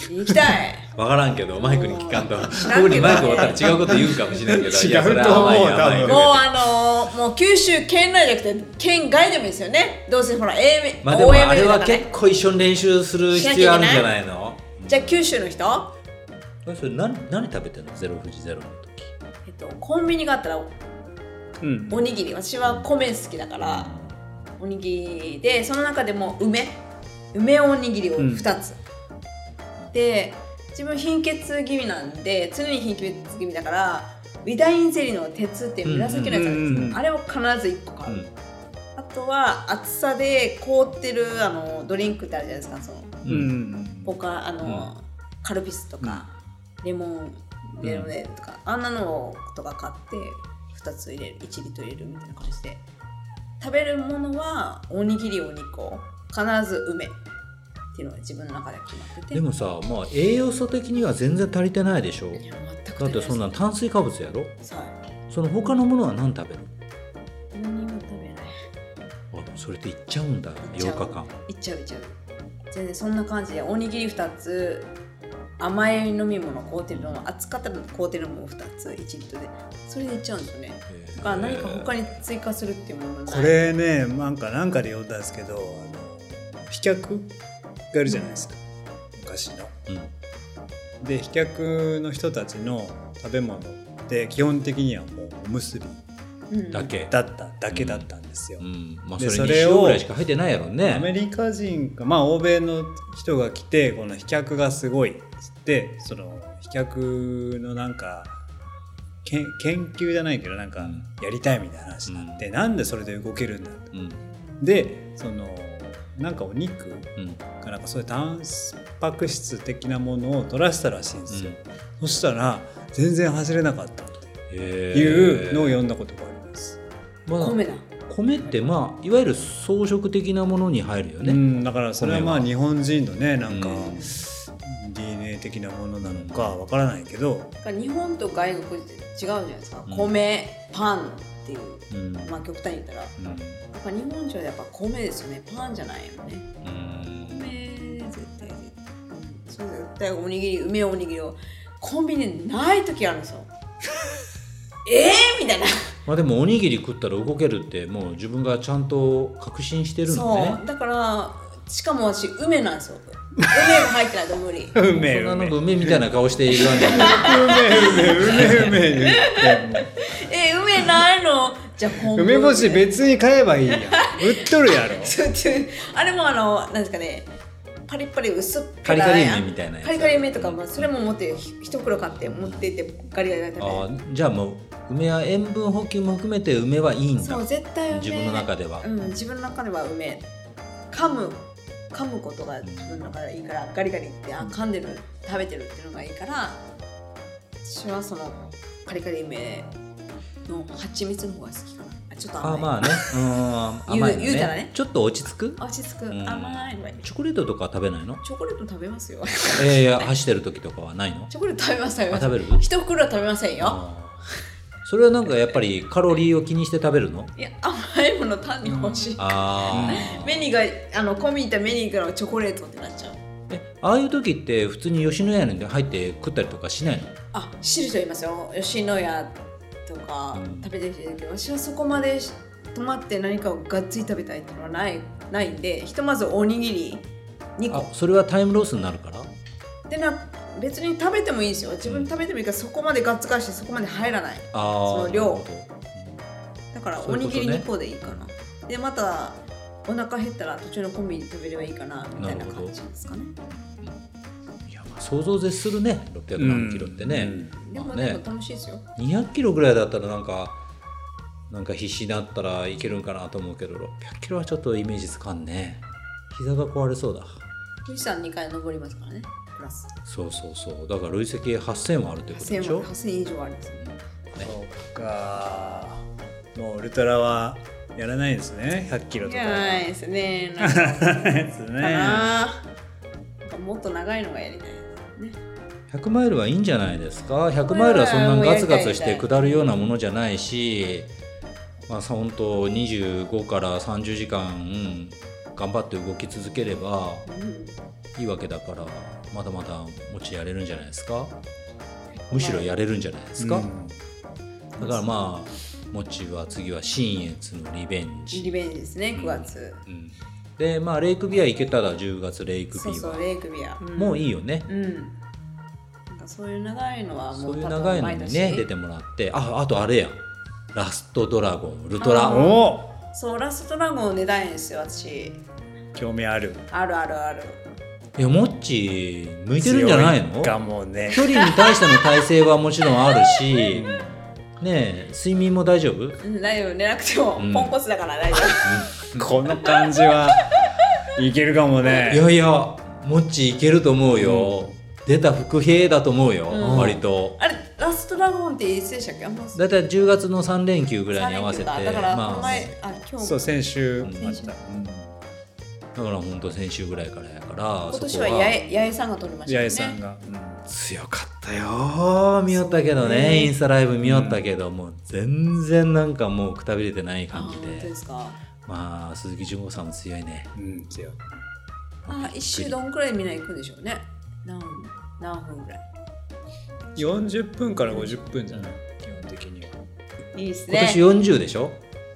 [SPEAKER 4] 行きた い。
[SPEAKER 1] 分からんけどマイクに聞かんと
[SPEAKER 4] らんけど
[SPEAKER 1] 僕にマイク終わったら違うこと言うかもしれないけどいや
[SPEAKER 2] 違うと思
[SPEAKER 1] そ
[SPEAKER 2] う
[SPEAKER 1] れは甘い甘い
[SPEAKER 2] 多分
[SPEAKER 4] もうあのー、もう九州県内じゃなくて県外でもいいですよね。どうせほら AM、
[SPEAKER 1] まあでもあれ
[SPEAKER 4] OML だ
[SPEAKER 1] は
[SPEAKER 4] から
[SPEAKER 1] 結
[SPEAKER 4] ね。
[SPEAKER 1] 構一緒に練習する必要あるんじゃないの
[SPEAKER 4] じゃあ九州の人、
[SPEAKER 1] えそれ何何食べてんのゼロ富士ゼロの時
[SPEAKER 4] えっと、コンビニがあったら
[SPEAKER 2] うん
[SPEAKER 4] おにぎり私は米好きだからおにぎりでその中でも梅梅おにぎりを2つ、で自分貧血気味なんで常に貧血気味だからウィダインゼリーの鉄っていう紫のやつあるんですけど、
[SPEAKER 2] うんうんうんうん
[SPEAKER 4] あれを必ず1個買う、
[SPEAKER 1] うん
[SPEAKER 4] あとは厚さで凍ってるあのドリンクってあるじゃないですかその
[SPEAKER 2] うんうん
[SPEAKER 4] ポカあの、カルピスとか、レモンレモネードとか、あんなのとか買って2つ入れる1リットル入れるみたいな感じで食べるものはおにぎりお肉を必ず梅っていうのが自分の中で決まってて
[SPEAKER 1] でもさまあ栄養素的には全然足りてないでしょ
[SPEAKER 4] いや全く
[SPEAKER 1] だってそんな炭水化物やろ
[SPEAKER 4] そう
[SPEAKER 1] その他のものは何食べる
[SPEAKER 4] 何も食べない
[SPEAKER 1] あそれでいっちゃうんだ
[SPEAKER 4] っちゃ
[SPEAKER 1] 8
[SPEAKER 4] う
[SPEAKER 1] 日間
[SPEAKER 4] いっちゃういっちゃう全然そんな感じでおにぎり2つ甘い飲み物凍ってるのも熱かったの凍ってるのも2つ1リットルでそれでいっちゃうんですよねだから何か他に追加するっていうものもない
[SPEAKER 2] これねなんかなんかで読んだんですけどあの飛脚がいるじゃないですか昔の。
[SPEAKER 1] うん
[SPEAKER 2] で飛脚の人たちの食べ物って基本的にはもうおむすび
[SPEAKER 4] うん
[SPEAKER 1] だけ
[SPEAKER 2] だっただけだったんですよ。
[SPEAKER 1] うんまあそ
[SPEAKER 2] で
[SPEAKER 1] れ
[SPEAKER 2] そ
[SPEAKER 1] に
[SPEAKER 2] れを
[SPEAKER 1] 塩ぐらいしか入ってないやろ
[SPEAKER 2] アメ
[SPEAKER 1] ね
[SPEAKER 2] リカ人かまあ欧米の人が来てこの飛脚がすごいっつってその飛脚のなんかけん研究じゃないけどなんか
[SPEAKER 1] うん
[SPEAKER 2] やりたいみたいな話になって、なんでそれで動けるんだって
[SPEAKER 1] うん
[SPEAKER 2] でそのなんかお肉
[SPEAKER 1] うん
[SPEAKER 2] かなんかそういうタンパク質的なものを取らせたらしいんです
[SPEAKER 1] う
[SPEAKER 2] よ、
[SPEAKER 1] ん
[SPEAKER 2] そしたら全然走れなかったって
[SPEAKER 1] へ
[SPEAKER 2] い
[SPEAKER 1] え
[SPEAKER 2] うのを読んだことがあります、
[SPEAKER 1] まあ
[SPEAKER 4] 米だ
[SPEAKER 1] 米ってまあいわゆる装飾的なものに入るよ
[SPEAKER 2] う
[SPEAKER 1] ね
[SPEAKER 2] んだからそれはまあ日本人のねなんか
[SPEAKER 1] うん
[SPEAKER 2] DNA 的なものなのかわからないけど
[SPEAKER 4] だから日本と外国で違うじゃないですか、
[SPEAKER 1] うん
[SPEAKER 4] 米パンっていう
[SPEAKER 1] うん
[SPEAKER 4] まあ極端に言ったらや
[SPEAKER 1] うん
[SPEAKER 4] っぱ日本人はやっぱ米ですよねパンじゃないよね
[SPEAKER 1] うん
[SPEAKER 4] 米絶対絶対そう絶対おにぎり梅おにぎりをコンビニでない時あるんです よえー、みたいな
[SPEAKER 1] まあでもおにぎり食ったら動けるってもう自分がちゃんと確信してるのね
[SPEAKER 4] そうだからしかも私梅なんですよ梅が入ってないと 無理
[SPEAKER 2] う
[SPEAKER 1] そ
[SPEAKER 2] めえ
[SPEAKER 1] んな
[SPEAKER 2] う
[SPEAKER 1] な
[SPEAKER 2] めえ
[SPEAKER 1] ん
[SPEAKER 2] う
[SPEAKER 1] か梅みたいな顔しているわけだけ
[SPEAKER 2] めえうめえうめえうめえ言って
[SPEAKER 4] え梅ないのじゃあ
[SPEAKER 2] も
[SPEAKER 4] 昆
[SPEAKER 2] う
[SPEAKER 4] 布
[SPEAKER 2] 梅干し別に買えばいいやん売っとるやろ
[SPEAKER 4] そうってあれもあのなんですかねパリパリ薄っぺ
[SPEAKER 1] カリ
[SPEAKER 4] ら
[SPEAKER 1] カリ梅みたいなやつ
[SPEAKER 4] カリカリ梅とか、まあ、それも持ってひ一袋買って持って行ってガリガリガリ
[SPEAKER 1] どあ
[SPEAKER 4] 食
[SPEAKER 1] ーじゃあもう梅は塩分補給も含めて梅はいいん
[SPEAKER 4] べる
[SPEAKER 1] だ
[SPEAKER 4] そう絶対梅
[SPEAKER 1] 自分の中では、
[SPEAKER 4] うん自分の中では梅噛む噛むことが自分の中でいいからガリガリってあ噛んでる食べてるっていうのがいいから私はそのカリカリ梅の蜂蜜の方が好きかなあちょっと
[SPEAKER 1] あ
[SPEAKER 4] 甘
[SPEAKER 1] あ
[SPEAKER 4] い
[SPEAKER 1] まあねうん甘いよ
[SPEAKER 4] 言う
[SPEAKER 1] ね
[SPEAKER 4] 言うたらね
[SPEAKER 1] ちょっと落ち着く
[SPEAKER 4] 落ち着く、
[SPEAKER 1] うん
[SPEAKER 4] 甘いのがいい
[SPEAKER 1] チョコレートとかは食べ ないの
[SPEAKER 4] チョコレート食べますよ
[SPEAKER 1] いやいや走ってる時とかはないの
[SPEAKER 4] チョコレート食べます食べ
[SPEAKER 1] あ
[SPEAKER 4] ます
[SPEAKER 1] 食べる
[SPEAKER 4] 一袋は食べませんよ。
[SPEAKER 1] あーそれはなんかやっぱりカロリーを気にして食べるの
[SPEAKER 4] いや、甘いもの単に欲しい。
[SPEAKER 1] あ あ
[SPEAKER 4] メニューが、あの、コンビニ行ったらメニューからチョコレートってなっちゃう。
[SPEAKER 1] えああいう時って普通に吉野家に入って食ったりとかしないの
[SPEAKER 4] あ、知る人いますよ。吉野家とか
[SPEAKER 1] うん
[SPEAKER 4] 食べてる人いるけど、私はそこまでし泊まって何かをがっつり食べたいっていうのはない、ないんで、ひとまずおにぎり2
[SPEAKER 1] あ
[SPEAKER 4] 個
[SPEAKER 1] それはタイムロスになるから
[SPEAKER 4] でな別に食べてもいいですよ自分で食べてもいいからそこまでガッツガッしてそこまで入らない
[SPEAKER 1] あ
[SPEAKER 4] そ
[SPEAKER 1] あ
[SPEAKER 4] の量
[SPEAKER 1] う
[SPEAKER 4] だから
[SPEAKER 1] そう
[SPEAKER 4] お
[SPEAKER 1] いう
[SPEAKER 4] に
[SPEAKER 1] こと
[SPEAKER 4] ぎ
[SPEAKER 1] ね
[SPEAKER 4] り2個でいいかなでまたお腹減ったら途中のコンビニで食べればいいかなみたいな
[SPEAKER 1] なるほ
[SPEAKER 4] 感
[SPEAKER 1] ど
[SPEAKER 4] じですかね
[SPEAKER 1] んいやまあ想像を絶するね600何キロってね、
[SPEAKER 4] で
[SPEAKER 1] ま
[SPEAKER 4] も
[SPEAKER 1] あね
[SPEAKER 4] でも楽しいですよ
[SPEAKER 1] 200キロぐらいだったらなんかなんか必死だったらいけるんかなと思うけど600キロはちょっとイメージつかんね膝が壊れそうだ
[SPEAKER 4] 富士山2回登りますからねプラス
[SPEAKER 1] そうそうそうだから累積8000はあるってことでし
[SPEAKER 4] 8000
[SPEAKER 1] ょ
[SPEAKER 4] は8000以上ありますね
[SPEAKER 2] そうかもうウルトラはやらないんですね100キロと
[SPEAKER 4] じ
[SPEAKER 2] か
[SPEAKER 4] ゃ
[SPEAKER 2] は
[SPEAKER 4] ないですねなんか
[SPEAKER 2] ですね
[SPEAKER 4] かななんかもっと長いのがやりたいですね
[SPEAKER 1] 100マイルはいいんじゃないですか100マイルはそんなガツガツして下るようなものじゃないしまあさ本当25から30時間頑張って動き続ければ
[SPEAKER 4] うん
[SPEAKER 1] いいわけだからまだまだもちやれるんじゃないですかむしろやれるんじゃないですか、
[SPEAKER 2] うん
[SPEAKER 1] だからまあもちは次は新越のリベンジ
[SPEAKER 4] リ、ベンジですね9月
[SPEAKER 1] うんでまあレイクビア行けたら10月レイクビア
[SPEAKER 4] そうそうレイクビアうん
[SPEAKER 1] もういいよね、
[SPEAKER 4] うんなんかそういう長いのはも
[SPEAKER 1] そうういう
[SPEAKER 4] 多
[SPEAKER 1] 長い
[SPEAKER 4] 分
[SPEAKER 1] の
[SPEAKER 4] 毎
[SPEAKER 1] に
[SPEAKER 4] 年
[SPEAKER 1] ね出てもらってああとあれやラストドラゴンウルト
[SPEAKER 4] あ
[SPEAKER 1] ラ
[SPEAKER 4] ー
[SPEAKER 2] おお
[SPEAKER 4] そうラストドラゴンを寝たいんですよ私
[SPEAKER 2] 興味ある
[SPEAKER 4] あるあるある
[SPEAKER 1] いやもっち向いてるんじゃない
[SPEAKER 2] 強
[SPEAKER 1] の
[SPEAKER 2] いかもね
[SPEAKER 1] 距離に対しての体勢はもちろんあるしねえ睡眠も大丈夫
[SPEAKER 4] うん大丈夫寝なくても
[SPEAKER 1] うん
[SPEAKER 4] ポンコツだから大丈
[SPEAKER 2] この感じはいけるかも
[SPEAKER 1] い
[SPEAKER 2] ね
[SPEAKER 1] やいやもっちいけると思うよ、出た伏兵だと思うよ、
[SPEAKER 4] うん
[SPEAKER 1] 割と
[SPEAKER 4] 夫あれラストドラゴンっていつでしたっけあんま
[SPEAKER 1] だいたい10月の3連休ぐらいに合わせて
[SPEAKER 4] 三連休かだからこの
[SPEAKER 1] まあ
[SPEAKER 4] 前あ今日
[SPEAKER 2] そう先週
[SPEAKER 1] うん
[SPEAKER 2] ました
[SPEAKER 1] だから本当先週ぐらいからやから
[SPEAKER 4] 今年
[SPEAKER 1] そ
[SPEAKER 4] は
[SPEAKER 1] こ
[SPEAKER 4] 八重八重さんが取りました
[SPEAKER 2] 八重
[SPEAKER 4] よね
[SPEAKER 2] さんが
[SPEAKER 1] 強かったよ見よったけどね
[SPEAKER 4] ね
[SPEAKER 1] インスタライブ見よったけど、もう全然なんかもうくたびれてない
[SPEAKER 4] あ
[SPEAKER 1] 感じ
[SPEAKER 4] 本当
[SPEAKER 1] で
[SPEAKER 4] ですか
[SPEAKER 1] まあ鈴木純子さんも強いね
[SPEAKER 2] うんうん強い
[SPEAKER 4] あ一周どんくらいみんな行くんでしょうね何何分ぐらい
[SPEAKER 2] 40分から50分じゃない基本的に
[SPEAKER 4] いいです
[SPEAKER 1] 今年
[SPEAKER 4] ね
[SPEAKER 1] 40でしょ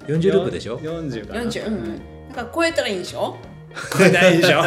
[SPEAKER 1] 40ループでしょ
[SPEAKER 2] 40かな
[SPEAKER 4] 40うんうんなんか超えたらいいんでしょ
[SPEAKER 2] 超えない でしょ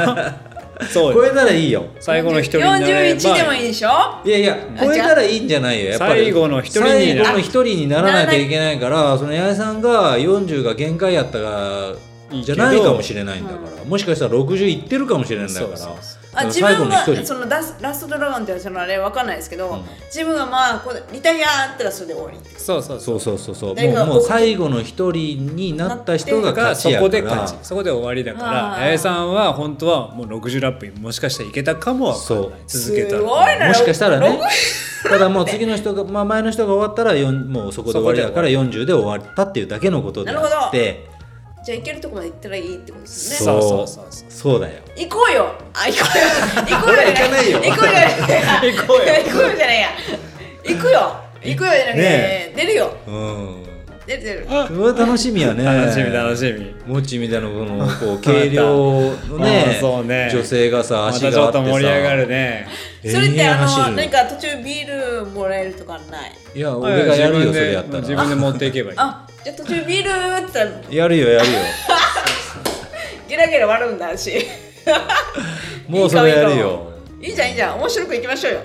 [SPEAKER 2] そう
[SPEAKER 1] 超
[SPEAKER 2] よ
[SPEAKER 1] えたらいいよ
[SPEAKER 2] 最後の一人になれば
[SPEAKER 4] 41でもいいでしょ
[SPEAKER 1] いやいや超えたらいいんじゃないよやっぱり
[SPEAKER 2] 最後の一人にな
[SPEAKER 1] 最後の一人にならないといけないからその八重さんが40が限界やったが
[SPEAKER 2] いい
[SPEAKER 1] じ
[SPEAKER 2] け
[SPEAKER 1] ゃ
[SPEAKER 2] ど
[SPEAKER 1] ないかもしれないんだから、もしかしたら60いってるかもしれないんだから
[SPEAKER 2] そうそう
[SPEAKER 4] あ自
[SPEAKER 1] 最後
[SPEAKER 4] 分
[SPEAKER 1] の一
[SPEAKER 4] が
[SPEAKER 1] 人
[SPEAKER 4] そのラスラストドラゴンってそのあれわかんないですけど、
[SPEAKER 1] うん
[SPEAKER 4] 自分がまあこれリタイアーったらそれで終わり
[SPEAKER 2] そうそう
[SPEAKER 1] そうそうそうそう
[SPEAKER 4] 誰
[SPEAKER 1] も
[SPEAKER 4] か
[SPEAKER 1] うもう最後の一人になった人が
[SPEAKER 2] が
[SPEAKER 1] 勝
[SPEAKER 2] そ
[SPEAKER 1] ちや
[SPEAKER 2] こ
[SPEAKER 1] か
[SPEAKER 2] で
[SPEAKER 1] ら
[SPEAKER 2] 勝ちそこで終わりだから
[SPEAKER 4] あー
[SPEAKER 2] 八重さんは本当はもう60ラップにもしかしたらいけたかもわかんない続けた
[SPEAKER 4] す
[SPEAKER 2] ら
[SPEAKER 4] ごいな
[SPEAKER 1] もしかしたら ねただもう次の人が、まあ、前の人が終わったらよんもうそこで終わりだから40で終わったっていうだけのことであって
[SPEAKER 4] じゃあ行けるとこまで行ったらいいってことですね
[SPEAKER 2] そう
[SPEAKER 1] そう
[SPEAKER 2] そうそうそ
[SPEAKER 1] そうだよ
[SPEAKER 4] 行こうよあ行こうよ行こうよじゃない
[SPEAKER 1] 俺
[SPEAKER 4] 行こうよじゃない行こうよ行こうよじゃないや行くよ行くよじゃなくて、
[SPEAKER 1] ね
[SPEAKER 4] 出るよ
[SPEAKER 1] うん
[SPEAKER 4] 出る出る
[SPEAKER 1] それは楽しみやね
[SPEAKER 2] 楽しみ楽しみ
[SPEAKER 1] もちみたいなこの こう軽量のね
[SPEAKER 2] あそうね
[SPEAKER 1] 女性がさ
[SPEAKER 2] ま
[SPEAKER 1] 足
[SPEAKER 2] たち
[SPEAKER 1] があ
[SPEAKER 2] ょ
[SPEAKER 1] っ
[SPEAKER 2] って
[SPEAKER 1] さ
[SPEAKER 2] と盛り上がるね
[SPEAKER 4] それって
[SPEAKER 1] 延々
[SPEAKER 4] あの
[SPEAKER 1] 走る
[SPEAKER 4] なんか途中ビールもらえるとかない
[SPEAKER 1] いや俺がやるよそれやった
[SPEAKER 2] 自
[SPEAKER 1] ら
[SPEAKER 2] 分で持っていけばいい
[SPEAKER 4] あじゃあ途中ビールーって言ったら
[SPEAKER 1] やるよやるよ
[SPEAKER 4] ゲラゲラ割るんだし
[SPEAKER 1] もうそれやるよ
[SPEAKER 4] いいじゃんいいじゃん面白く行きましょうよ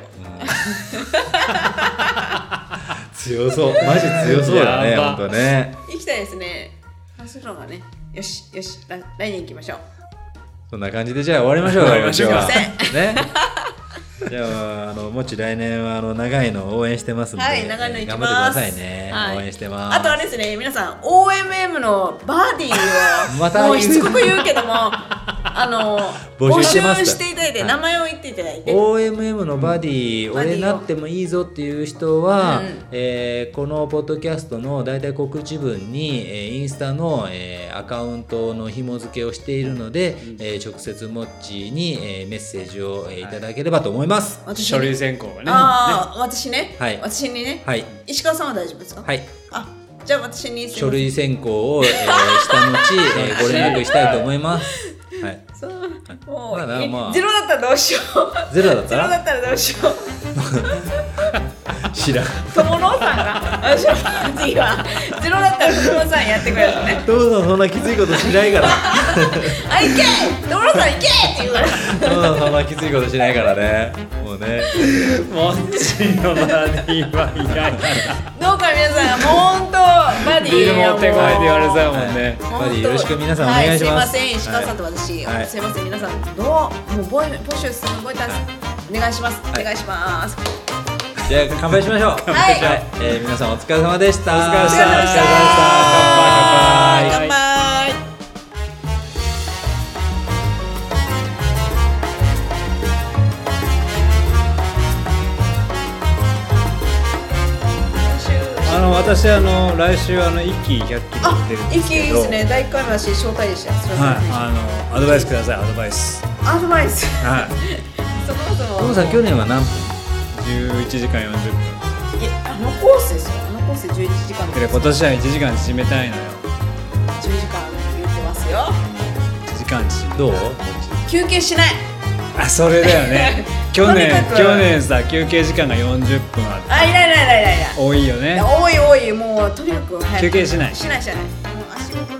[SPEAKER 1] 強そうマジ強そうだね
[SPEAKER 2] やば
[SPEAKER 1] ほんとね
[SPEAKER 4] 行きたいですねあそういうのがねよしよし来来年行きましょう
[SPEAKER 1] そんな感じでじゃあ終わりましょうか
[SPEAKER 2] 終わりましょう
[SPEAKER 1] 今日はねじゃああのもち来年はあの長いの応援してますんで、
[SPEAKER 4] はい長いの行き
[SPEAKER 1] 頑
[SPEAKER 4] ます
[SPEAKER 1] 張ってくださいね、
[SPEAKER 4] はい
[SPEAKER 1] 応援してます
[SPEAKER 4] あとあれですね皆さん OMM のバーディー を
[SPEAKER 1] また言う
[SPEAKER 4] もうしつこく言うけども あの
[SPEAKER 1] 募集してます
[SPEAKER 4] 募していただいて、
[SPEAKER 1] はい
[SPEAKER 4] 名前を言っていただいて
[SPEAKER 1] OMM のバディ、
[SPEAKER 4] うん
[SPEAKER 1] 俺なってもいいぞっていう人は、
[SPEAKER 4] うん
[SPEAKER 1] えーこのポッドキャストの大体告知文に、えーインスタの、えーアカウントの紐付けをしているので、えー直接モッチーに、えーメッセージを、えーいただければと思います。
[SPEAKER 4] 私
[SPEAKER 2] 書類選考がね
[SPEAKER 4] ああ、私ね、
[SPEAKER 1] はい
[SPEAKER 4] 私にね、
[SPEAKER 1] はい、
[SPEAKER 4] 石川さんは大丈夫ですか、
[SPEAKER 1] はい
[SPEAKER 4] あじゃあ私にすい
[SPEAKER 1] 書
[SPEAKER 4] ません
[SPEAKER 1] 類選考 を、えーした後、えーご連絡したいと思います。はい、
[SPEAKER 4] そうもう、
[SPEAKER 1] まあなまあ
[SPEAKER 4] ゼロだったらどうしよ う
[SPEAKER 1] ゼロだっ
[SPEAKER 4] ゼ
[SPEAKER 1] た
[SPEAKER 4] ロだ
[SPEAKER 1] ら
[SPEAKER 4] ったらどうしよう
[SPEAKER 1] 知らん。
[SPEAKER 4] 友野さんが、私は次は、ゼロだったら所さんやってくれるのね
[SPEAKER 1] トムさんそんなきついことしないから。
[SPEAKER 4] 「あ行け所さん行け!」って言うから
[SPEAKER 1] トムさんそんなきついことしないからね。もうね。
[SPEAKER 2] モッチーのバディは嫌やな
[SPEAKER 4] どうか皆さんもう本当バ
[SPEAKER 2] ビ
[SPEAKER 4] ディ
[SPEAKER 2] ール持ってこいって言われ
[SPEAKER 4] て
[SPEAKER 2] ちゃうもんね
[SPEAKER 1] やっぱりよろしく皆さんお願いします。
[SPEAKER 4] はい、すいません石川さんと私、
[SPEAKER 1] はい
[SPEAKER 4] すいません皆さんどうもうボイポシュさんボイタンス、お願いします、
[SPEAKER 1] い
[SPEAKER 4] お願いします
[SPEAKER 1] じゃあ乾杯しましょう。
[SPEAKER 4] 杯しよう
[SPEAKER 1] はい。えー皆さんお疲れ様でした。お疲れ
[SPEAKER 2] 様でした
[SPEAKER 4] お疲れ様でした
[SPEAKER 1] 乾杯乾杯。
[SPEAKER 4] 乾杯
[SPEAKER 2] あの私あの来週あの一気100キロ
[SPEAKER 4] あ
[SPEAKER 2] 行ってるん、
[SPEAKER 4] 一
[SPEAKER 2] です
[SPEAKER 4] 気い
[SPEAKER 2] け
[SPEAKER 4] い
[SPEAKER 2] ど
[SPEAKER 4] ですね。第一回目だし、招待でした。すい
[SPEAKER 2] はい
[SPEAKER 4] ません
[SPEAKER 2] あのアドバイスくださいアドバイス
[SPEAKER 4] アドバイス。
[SPEAKER 2] はい
[SPEAKER 4] そもそも。
[SPEAKER 1] トムさん去年は何分？
[SPEAKER 2] 11時間40分
[SPEAKER 4] いやあのコースですよ。あのコースで11時間
[SPEAKER 2] で今年は1時間縮めたいのよ
[SPEAKER 4] 10時間言ってますよ。
[SPEAKER 2] 1時間縮め
[SPEAKER 1] どう？
[SPEAKER 4] 休憩しない。
[SPEAKER 2] あそれだよ ね去年
[SPEAKER 4] とにかく
[SPEAKER 2] 去年さ休憩時間が40分あって
[SPEAKER 4] あいないいないいないいない。
[SPEAKER 2] 多いよね
[SPEAKER 4] 多い多いもうとにかく早く
[SPEAKER 2] 休憩しない
[SPEAKER 4] しないしない。もう足元